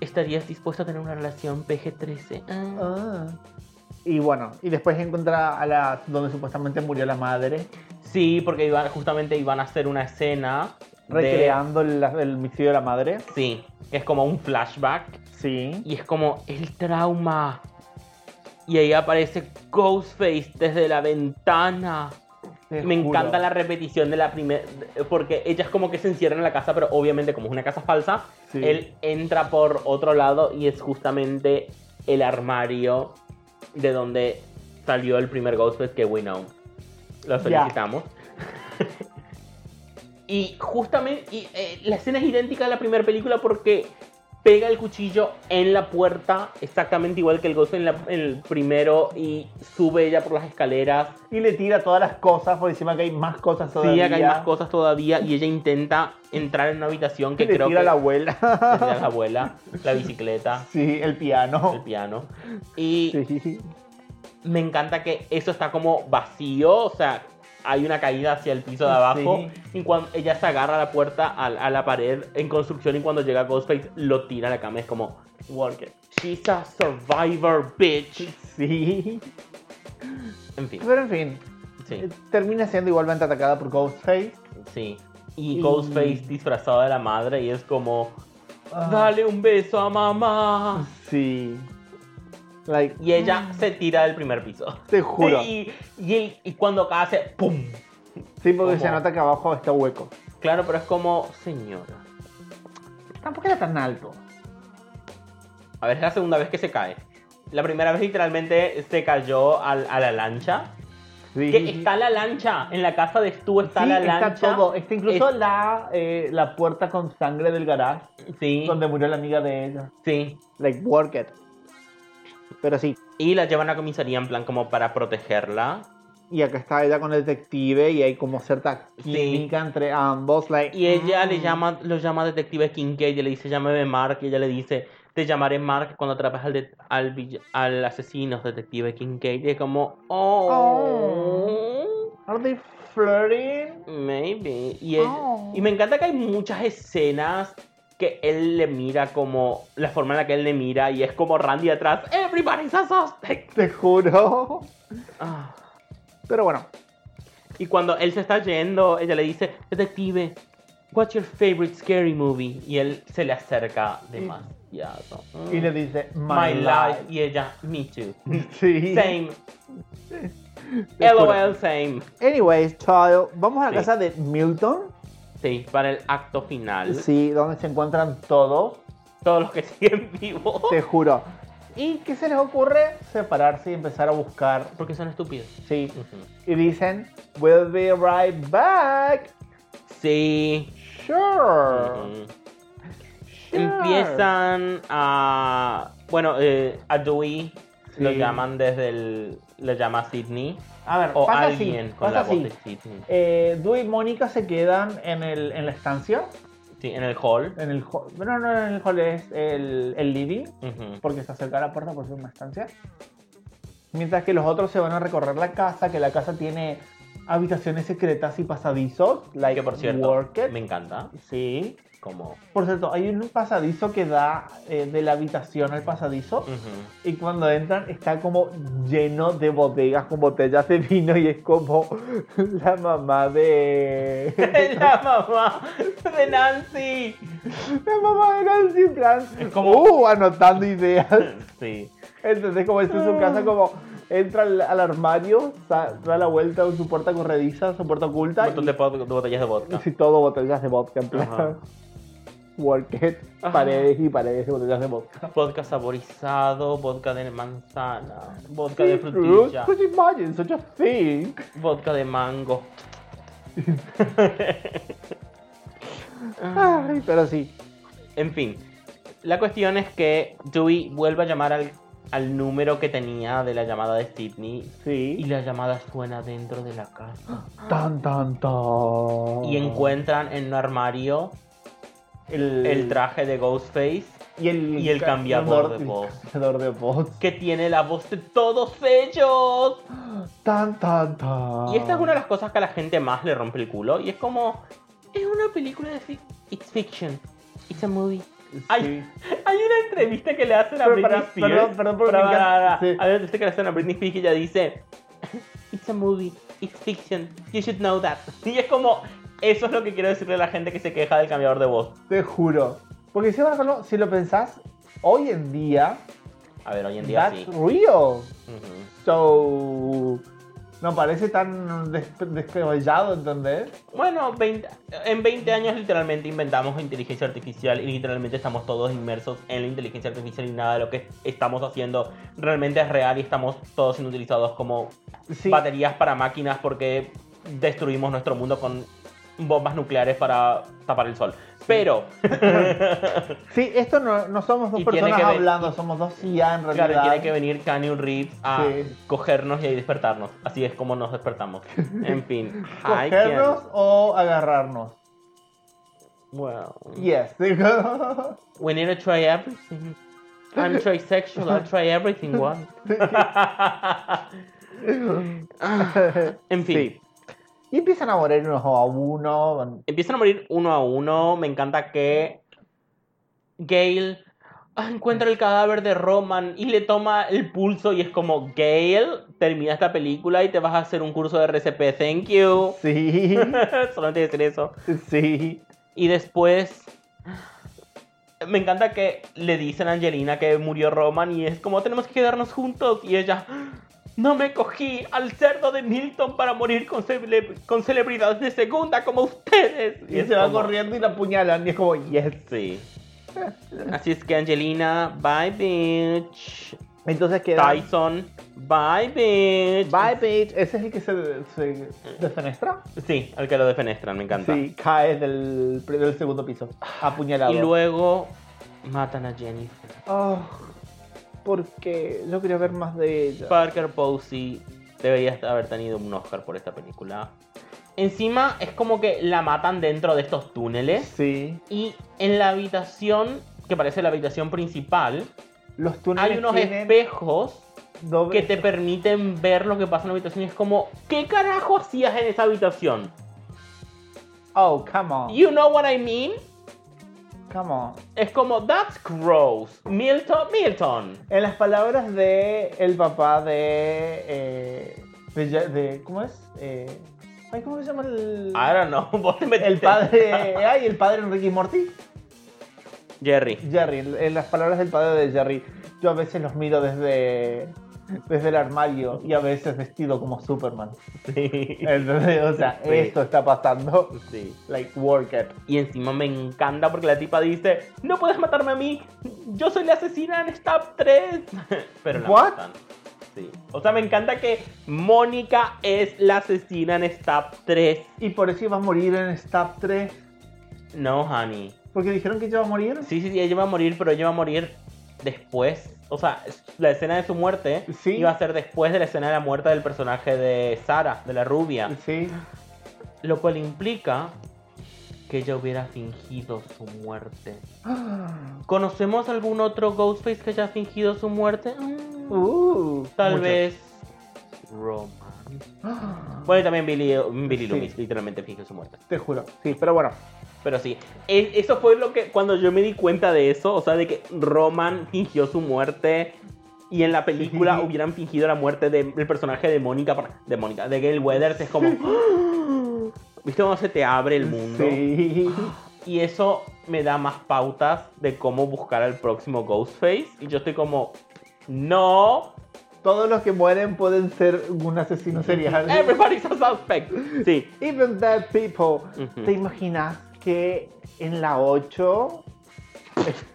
¿estarías dispuesta a tener una relación PG-13? Ah". Ah. Y bueno, y después encuentra a la donde supuestamente murió la madre, Sí, porque iban, justamente iban a hacer una escena de- recreando la- el homicidio de la madre. Sí, que es como un flashback Sí. Y es como el trauma. Y ahí aparece Ghostface desde la ventana. te Me juro. encanta la repetición de la primera. Porque ella es como que se encierra en la casa, pero obviamente, como es una casa falsa, Sí. él entra por otro lado y es justamente el armario de donde salió el primer Ghostface que we know. Lo Ya. solicitamos. y justamente y, eh, la escena es idéntica a la primera película porque pega el cuchillo en la puerta, exactamente igual que el gozo en, la- en el primero, y sube ella por las escaleras. Y le tira todas las cosas por encima que hay más cosas todavía. Sí, acá hay más cosas todavía, y ella intenta entrar en una habitación Y que le creo tira que la abuela. le tira la abuela, la bicicleta, Sí, el el piano. piano. Y Sí. me encanta que eso está como vacío, o sea, hay una caída hacia el piso de abajo. Y cuando ella se agarra a la puerta, a, a la pared en construcción, y cuando llega Ghostface, lo tira a la cama. Es como, Work it. she's a survivor, bitch. Sí. En fin, Pero en fin, eh, sí, termina siendo igualmente atacada por Ghostface. sí. Y Y- Ghostface disfrazado de la madre, y es como, Ah, dale un beso a mamá. Sí. Like, Y ella se tira del primer piso. te Ah. juro. Sí, Y, y, el- y cuando acá hace, ¡pum! porque ¿Cómo? se nota que abajo está hueco. Claro, pero es como, señora. Tampoco era tan alto. A ver, es la segunda vez que se cae. La primera vez literalmente se cayó al- a la lancha. Sí. Que está la lancha. En la casa de Stu está Sí, la está lancha. todo. Está incluso Es- la, eh, la puerta con sangre del garage Sí, donde murió la amiga de ella. sí. Like, work it. Pero sí. Y la llevan a comisaría en plan como para protegerla. Y acá está ella con el detective y hay como cierta Sí. química entre ambos. Like, Y ella le mm. llama, lo llama detective Kincaid y le dice, llámame Mark. Y ella le dice, te llamaré Mark cuando atrapas al, de- al, vill- al asesino, detective Kincaid. Y es como, oh. Are they flirting? Maybe. Y, él- Oh. y me encanta que hay muchas escenas que él le mira como. La forma en la que él le mira y es como Randy atrás. Everybody's a suspect. Te juro. Ah. Pero bueno, Y cuando él se está yendo, ella le dice: Detective, what's your favorite scary movie? Y él se le acerca demasiado. Mm. y le dice My My, life. Y ella: Me too. life. Sí. Same. Te juro. LOL, same. Anyways, child, vamos a la Sí. casa de Milton. Sí, para el acto final. Sí, donde se encuentran todos. Todos los que siguen vivos. Te juro. ¿Y qué se les ocurre? Separarse y empezar a buscar. Porque son estúpidos. Sí. Ujú. Y dicen, We'll be right back. Sí. Sure. Ujú. sure. Empiezan a. Bueno, eh, a Dewey lo Sí. llaman desde el. Lo llama Sidney. A ver, O pasa alguien así, con pasa la voz así. de Sidney. Eh, Dewey y Mónica se quedan en, el, en la estancia. Sí, en el hall. En el hall. No, no, en el hall es el, el living. Ujú. Porque está cerca de la puerta por ser una estancia. Mientras que los otros se van a recorrer la casa, que la casa tiene habitaciones secretas y pasadizos. Like que por cierto, work it. me encanta. Sí. Como. Por cierto, hay un pasadizo que da eh, de la habitación al pasadizo. ujú. Y cuando entran está como lleno de bodegas con botellas de vino y es como la mamá de... la mamá de Nancy. La mamá de Nancy en plan, Es como- "Uh, anotando ideas. Sí. Entonces, como está en su casa, como entra al, al armario, sa- da la vuelta a su puerta corrediza, su puerta Un oculta. montón de pod- de botellas de vodka. y todo botellas de vodka, en plan. Ajá. Work it, Ajá. paredes y paredes de botellas de vodka. Vodka saborizado, vodka de manzana, vodka de Fruit, frutilla, Could you imagine such a thing? vodka de mango. Ay, pero sí. En fin, la cuestión es que Dewey vuelve a llamar al, al número que tenía de la llamada de Sidney y Sí. la llamada suena dentro de la casa. Tan, tan, tan. Y encuentran en un armario el, el traje de Ghostface y el, y el ca- cambiador de el voz. cambiador de voz. que tiene la voz de todos ellos. Tan, tan, tan. Y esta es una de las cosas que a la gente más le rompe el culo y es como, es una película de fic It's fiction. It's a movie. Ay, Hay una entrevista que le hacen a Pero Britney para- Spears. perdón, perdón, porque Para, me encanta- para, para. sí. Hay una entrevista que le hacen a Britney Spears y ella dice: It's a movie, it's fiction, you should know that. Y es como, eso es lo que quiero decirle a la gente que se queja del cambiador de voz. Te juro. Porque si, Marcelo, si lo pensás, hoy en día, A ver, hoy en día that's sí. real. Ujú. So, no parece tan despe despegallado, ¿entendés? Bueno, 20 en 20 años literalmente inventamos inteligencia artificial y literalmente estamos todos inmersos en la inteligencia artificial y nada de lo que estamos haciendo realmente es real y estamos todos siendo utilizados como Sí. baterías para máquinas porque destruimos nuestro mundo con bombas nucleares para tapar el sol. Pero, Sí, esto no, no somos dos Y tiene personas que ver- hablando, somos dos IA en realidad. claro, tiene que venir Kanye Reeves a Sí. cogernos y ahí despertarnos. Así es como nos despertamos. En fin. Hi, ¿Cogernos Ken. o agarrarnos? Well, Yes. we need to try everything. I'm trisexual, I'll try everything once. Ah. en fin. Sí. Y empiezan a morir unos a uno. Empiezan a morir uno a uno. Me encanta que Gale ah, encuentra el cadáver de Roman y le toma el pulso y es como, Gale, termina esta película y te vas a hacer un curso de RCP. Thank you. Sí, Solamente decir eso. sí. Y después... Me encanta que le dicen a Angelina que murió Roman y es como tenemos que quedarnos juntos y ella... No me cogí al cerdo de Milton para morir con, cele- con celebridades de segunda como ustedes. Y, es se va como- corriendo y la apuñalan y es como, yes. Sí. Así es que Angelina, bye bitch. Entonces queda... Tyson, bye bitch. Bye, bitch. Ese es el que se, se defenestra. Sí, al que lo defenestran, me encanta. Sí, cae del, pri- del segundo piso. Apuñalado. Y luego matan a Jennifer. Oh, porque yo quería ver más de ella. Parker Posey debería haber tenido un Oscar por esta película. Encima es como que la matan dentro de estos túneles Sí. y en la habitación, que parece la habitación principal, Los túneles hay unos tienen espejos doble- que te permiten ver lo que pasa en la habitación. Y es como, ¿qué carajo hacías en esa habitación? Oh, come on. You know what I mean? Come on. Es como, that's gross. Milton, Milton. En las palabras de el papá de... eh, de, Ja- de- ¿Cómo es? Eh, ay, ¿Cómo se llama el...? I don't know. Vos te metiste. El padre... Ay, el padre de Ricky y Morty. Jerry. Jerry, en en las palabras del padre de Jerry, yo a veces los miro desde, desde el armario y a veces vestido como Superman. Sí. Entonces, o sea, Sí. esto está pasando. Sí. Like, work it. Y encima me encanta porque la tipa dice, no puedes matarme a mí. Yo soy la asesina en Stab 3. Pero la What? matan. Sí. O sea, me encanta que Mónica es la asesina en Stab 3. Y por eso iba a morir en Stab 3. No, honey. Porque dijeron que iba a morir. Sí, sí, sí, ella va a morir, pero ella va a morir después. O sea, la escena de su muerte Sí. iba a ser después de la escena de la muerte del personaje de Sara, de la rubia. Sí. Lo cual implica que ella hubiera fingido su muerte. ¿Conocemos algún otro Ghostface que haya fingido su muerte? Mm, Uh, Tal mucho. vez Roman. Bueno, y también Billy, Billy Sí. Loomis literalmente fingió su muerte. Te juro. Sí, pero bueno. Pero sí, e- eso fue lo que cuando yo me di cuenta de eso, o sea, de que Roman fingió su muerte y en la película Sí. hubieran fingido la muerte de- del personaje de Mónica, perdón, de Mónica, de Gail Weathers, es como, ¡Ah! ¿viste cómo se te abre el mundo? Sí. Y eso me da más pautas de cómo buscar al próximo Ghostface y yo estoy como, no, Todos los que mueren pueden ser un asesino serial. everybody's a suspect. Sí, Even dead people. Ujú. ¿Te imaginas que en la 8,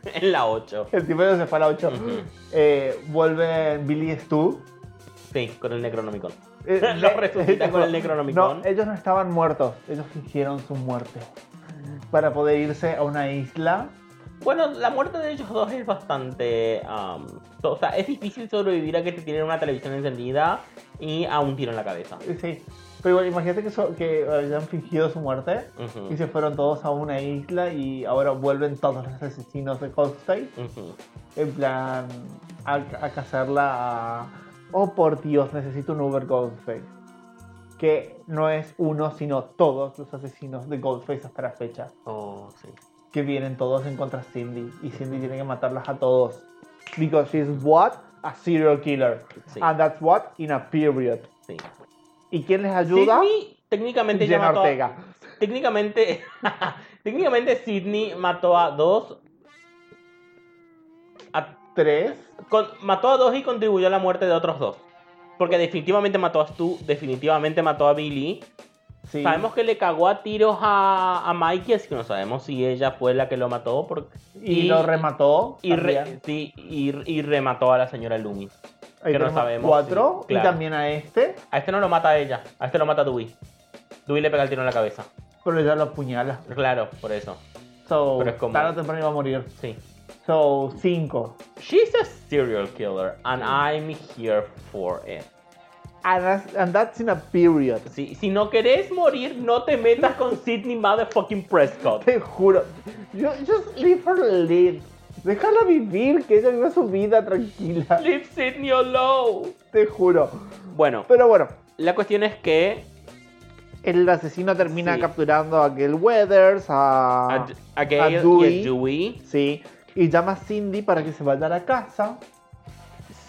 en la 8. el tipo se fue a la 8, Ujú. eh, vuelve Billy Stu? Sí, con el Necronomicon. Eh, Lo resucita con el Necronomicon. No, eh, ellos no estaban muertos, ellos fingieron su muerte para poder irse a una isla. Bueno, la muerte de ellos dos es bastante... am, o sea, es difícil sobrevivir a que te tienen una televisión encendida y a un tiro en la cabeza. Eh, Sí, pero igual, imagínate que, so- que hayan fingido su muerte Ujú, y se fueron todos a una isla y ahora vuelven todos los asesinos de Coldstay ujú. en plan a, a cazarla a... Oh, por Dios, necesito un Uber Goldface. Que no es uno, sino todos los asesinos de Goldface hasta la fecha. Oh, sí. Que vienen todos en contra de Cindy. Y Cindy tiene que matarlos a todos. Because she's what? A serial killer. Sí. And that's what? In a period. sí. ¿Y quién les ayuda? Sidney, técnicamente ya Jenna mató a- Ortega. Técnicamente... técnicamente Sidney mató a dos... a- Tres. con- mató a dos y contribuyó a la muerte de otros dos. Porque definitivamente mató a Stu, definitivamente mató a Billy. Sí. Sabemos que le cagó a tiros a, a Mikey, así que no sabemos si ella fue la que lo mató. porque- Y, y- lo remató. y, re- también. sí, y, y remató a la señora Loomis. Ahí que no tenemos sabemos, Cuatro. sí, claro. Y también a este. A este no lo mata a ella, a este lo mata a Dewey. Dewey le pega el tiro en la cabeza. Pero ya lo apuñala. Claro, por eso. So, Pero es como- tarde o temprano iba a morir. Sí. So, 5. She's a serial killer and I'm here for it. And, that's- and that's in a period. Si, si no querés morir, no te metas con Sidney motherfucking Prescott. Te juro. Yo, just leave her live. Déjala vivir, que ella viva su vida tranquila. Leave Sidney alone. Te juro. Bueno, Pero bueno, la cuestión es que el asesino termina Sí. capturando a Gail Weathers, a... a, a Ah. a Gail Dewey. y a Dewey, Sí. Y llama a Cindy para que se vaya a la casa.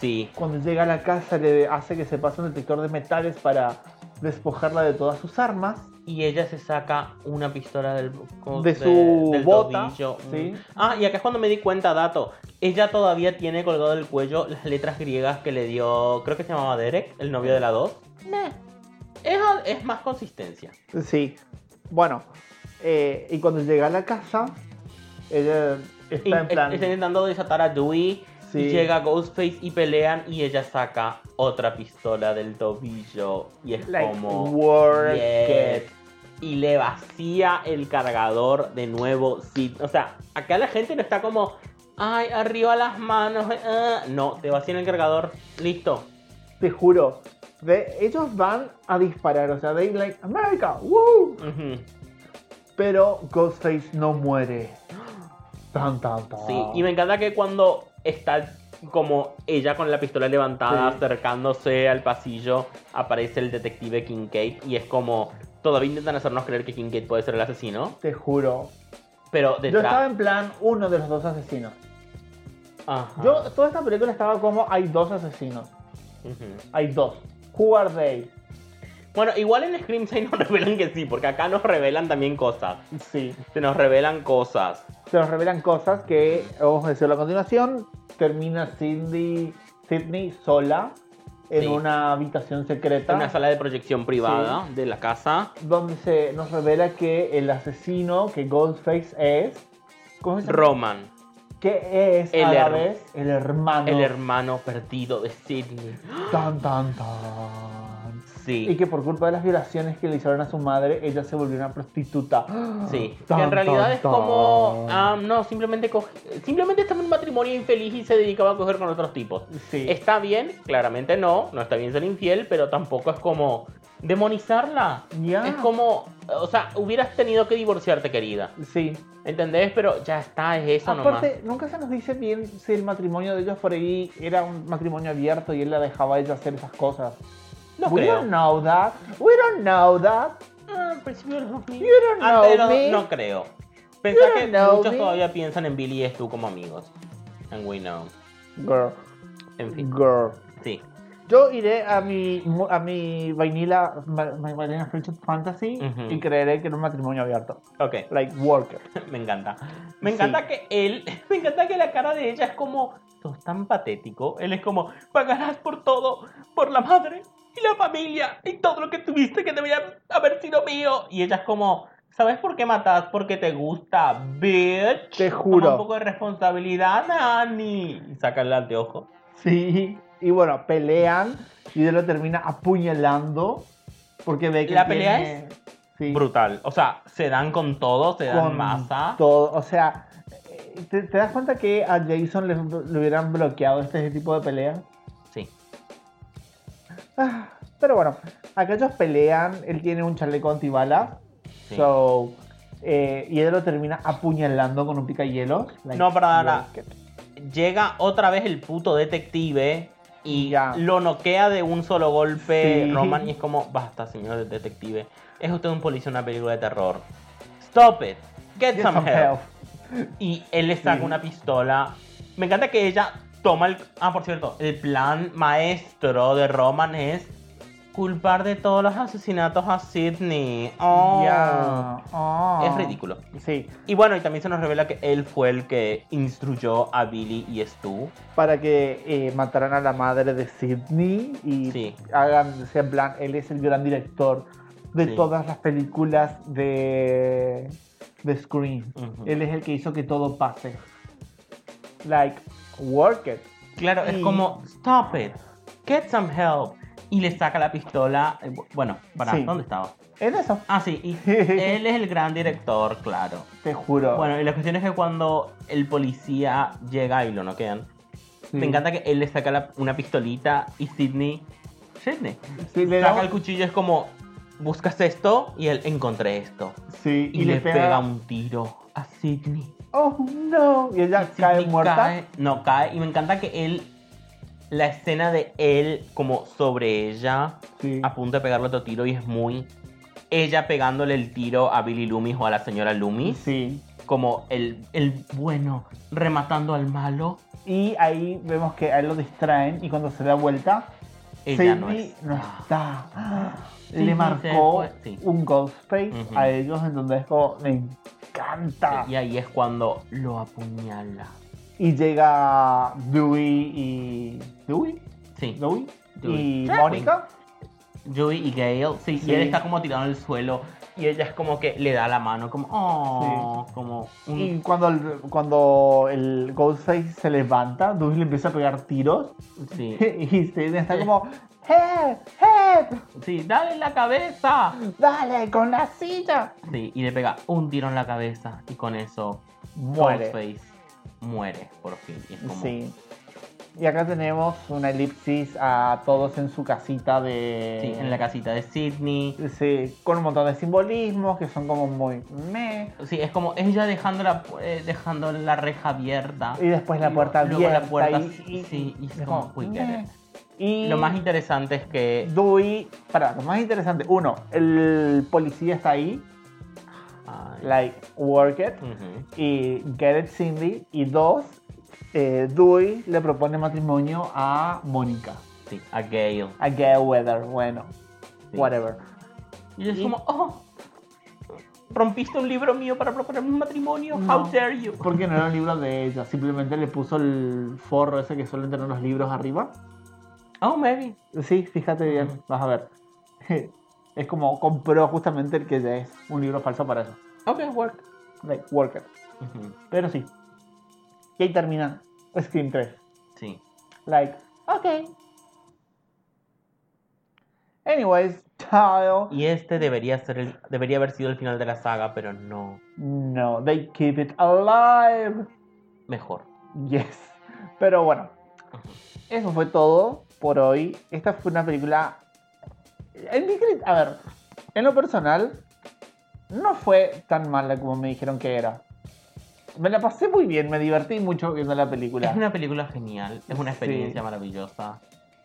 sí, Cuando llega a la casa le hace que se pase un detector de metales para despojarla de todas sus armas. y ella se saca una pistola del, co- De su del bota, tobillo. sí. Ah, y acá es cuando me di cuenta, dato. Ella todavía tiene colgado del cuello las letras griegas que le dio, creo que se llamaba Derek, el novio de la 2. Es, es más consistencia. Sí. Bueno. eh, y cuando llega a la casa, ella Y- está en plan... Está intentando desatar a Dewey. Sí. Y llega Ghostface y pelean y ella saca otra pistola del tobillo. Y es Like, como... work "Yes". it. Y le vacía el cargador de nuevo. Sí, O sea, acá la gente no está como... Ay, arriba las manos. eh, ah". No, te vacían el cargador. Listo. Te juro. De, ellos van a disparar, o sea, they like, America, woo. Ujú. Pero Ghostface no muere. Tan, tan, tan. Sí, y me encanta que cuando está como ella con la pistola levantada, Sí. acercándose al pasillo, aparece el detective Kincaid y es como, todavía intentan hacernos creer que Kincaid puede ser el asesino, Te juro. pero Yo estaba detrás... en plan uno de los dos asesinos. Ajá. Yo, toda esta película estaba como, hay dos asesinos. Ujú. Hay dos. Who are they? Bueno, igual en Scream 6 nos revelan que sí, porque acá nos revelan también cosas. Sí. Se nos revelan cosas. Se nos revelan cosas que vamos a decirlo a continuación. Termina Cindy, Sidney sola en Sí. una habitación secreta. En una sala de proyección privada de la casa. donde se nos revela que el asesino que Ghostface es ¿cómo se llama? Roman, que es El a la her- vez el hermano el hermano perdido de Sidney. tan tan tan Sí. y que por culpa de las violaciones que le hicieron a su madre ella se volvió una prostituta Sí, que Tan, en realidad tan, es como, tan. ah, no, simplemente coge- simplemente estaba en un matrimonio infeliz y se dedicaba a coger con otros tipos. sí Está bien, claramente no, no está bien ser infiel, pero tampoco es como demonizarla. Ya. Es como, o sea, hubieras tenido que divorciarte, querida. sí ¿Entendés? Pero ya está, es eso aparte nunca se nos dice bien si el matrimonio de ellos por ahí era un matrimonio abierto y él la dejaba a ella hacer esas cosas nomás. No we creo. don't know that we don't know that Ah, al principio de los 2000. You don't know Antes de los- me. Ah, No creo. Pensá don't que know muchos me. todavía piensan en Billy y Stu como amigos. And we know. girl En fin, girl sí. Yo iré a mi, mu- a mi vainilla, ma- my vanilla friendship fantasy Ujú. y creeré que era un matrimonio abierto. Ok. Like worker. Me encanta. Me encanta Sí. que él, me encanta que la cara de ella es como, sos tan patético. Él es como, pagarás por todo, por la madre y la familia y todo lo que tuviste que debería haber sido mío. Y ella es como, ¿sabes por qué matás? Porque te gusta, bitch. Te Toma juro. un poco de responsabilidad, Nani. Y saca el anteojo. Sí. Y bueno, pelean y ella lo termina apuñalando porque ve que La pelea es sí, Brutal. O sea, se dan con todo, se dan con masa. todo. O sea, eh, ¿te, te das cuenta que a Jason le, le hubieran bloqueado este tipo de pelea? Sí. Ah, Pero bueno, acá ellos pelean, él tiene un chaleco antibalas. sí. So, eh, y él lo termina apuñalando con un picahielos. Like, No, para nada. like it. llega otra vez el puto detective y Ya. lo noquea de un solo golpe Sí. Roman y es como, basta señor detective, es usted un policía en una película de terror. Stop it, get, Get some, some help. help. Y él le saca Sí. una pistola. Me encanta que ella toma el... Ah, por cierto, el plan maestro de Roman es culpar de todos los asesinatos a Sidney. Oh, Ya. Ah. Es ridículo. Sí, Y bueno, y también se nos revela que él fue el que instruyó a Billy y Stu. para que eh, mataran a la madre de Sidney y Sí. hagan, sea en plan, él es el gran director de Sí. todas las películas de, de Scream. Ujú. Él es el que hizo que todo pase. Like, work it. Claro, es Y- como, stop it, get some help, y le saca la pistola. eh, bu- Bueno, para, Sí. ¿dónde estaba? En eso, Ah, sí, y él es el gran director, claro. te juro. Bueno, y la cuestión es que cuando el policía llega y lo noquean, Sí. me encanta que él le saca la- una pistolita y Sidney. Sidney. Sí, le da- saca el cuchillo, es como, buscas esto y él encontré esto. sí, Y, le pega... un tiro a Sidney. Oh no. Y ella cae Sidney muerta. cae- no, cae. Y me encanta que él, la escena de él como sobre ella, Sí. a punto de pegarle otro tiro y es muy... Ella pegándole el tiro a Billy Loomis o a la señora Loomis. Sí. Como el, el bueno rematando al malo. Y ahí vemos que a él lo distraen y cuando se da vuelta, Ella no Sidney es. no está. Sí, Le sí, marcó se fue, sí. un ghostface Ujú. a ellos en donde es como, me encanta. Y ahí es cuando lo apuñala. Y llega Dewey y... ¿Dewey? Sí. ¿Dewey? Dewey. Y Dewey. Mónica. Joey y Gail, sí, Sí. y él está como tirado en el suelo y ella es como que le da la mano, como, oh, como un... Y cuando el, cuando el Ghostface se levanta, Dewey le empieza a pegar tiros. Sí, Y Steven está como, ¡Help! ¡Help! sí, dale en la cabeza. ¡Dale, con la silla! Sí, y le pega un tiro en la cabeza y con eso Muere. Ghostface muere por fin. Y es como, Sí. Y acá tenemos una elipsis a todos en su casita de... sí, en la casita de Sidney. Sí, con un montón de simbolismos que son como muy meh. Sí, es como ella dejando la, pu- eh, dejando la reja abierta. Y después la puerta Luego la abierta. puerta, y, sí, y es es como, "Uy, qué meh". eres". Y Lo más interesante es que... Dewey, para, lo más interesante, uno, el policía está ahí, Ay, like, work it, ujú, y get it Cindy, y dos, eh, Dewey le propone matrimonio a Mónica, sí, a Gail. a Gay Weather, bueno, Sí. whatever. Y es Y- como, oh, rompiste un libro mío para proponerme un matrimonio, No. how dare you. Porque no era un libro de ella, simplemente le puso el forro ese que suelen tener los libros arriba. Oh, maybe. Sí, fíjate bien, vas a ver. Es como compró justamente el que ya es un libro falso para eso. Okay, work. Like, work it. Ujú, Pero sí. Y ahí termina Scream 3. Sí. Like, ok. Anyways, child. Y este debería ser el, debería haber sido el final de la saga, pero no. No, they keep it alive. Mejor. Yes. Pero bueno, eso fue todo por hoy. Esta fue una película. En mi crit- a ver, en lo personal, no fue tan mala como me dijeron que era. Me la pasé muy bien, me divertí mucho viendo la película. Es una película genial, es una Sí. experiencia maravillosa.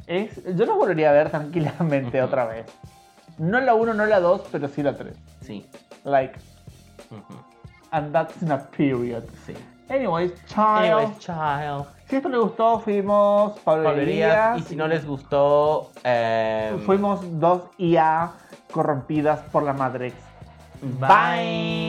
Es- yo la volvería a ver tranquilamente Ujú. otra vez. No la 1, no la 2, pero sí la 3. Sí. Like, Ujú, and that's in a period. Sí. Anyways, child. Anyways, child. Si esto les gustó, fuimos Pablo, Pablo Elías, Elías. Y si no les gustó, eh, Fuimos dos IA corrompidas por la Matrix. bye.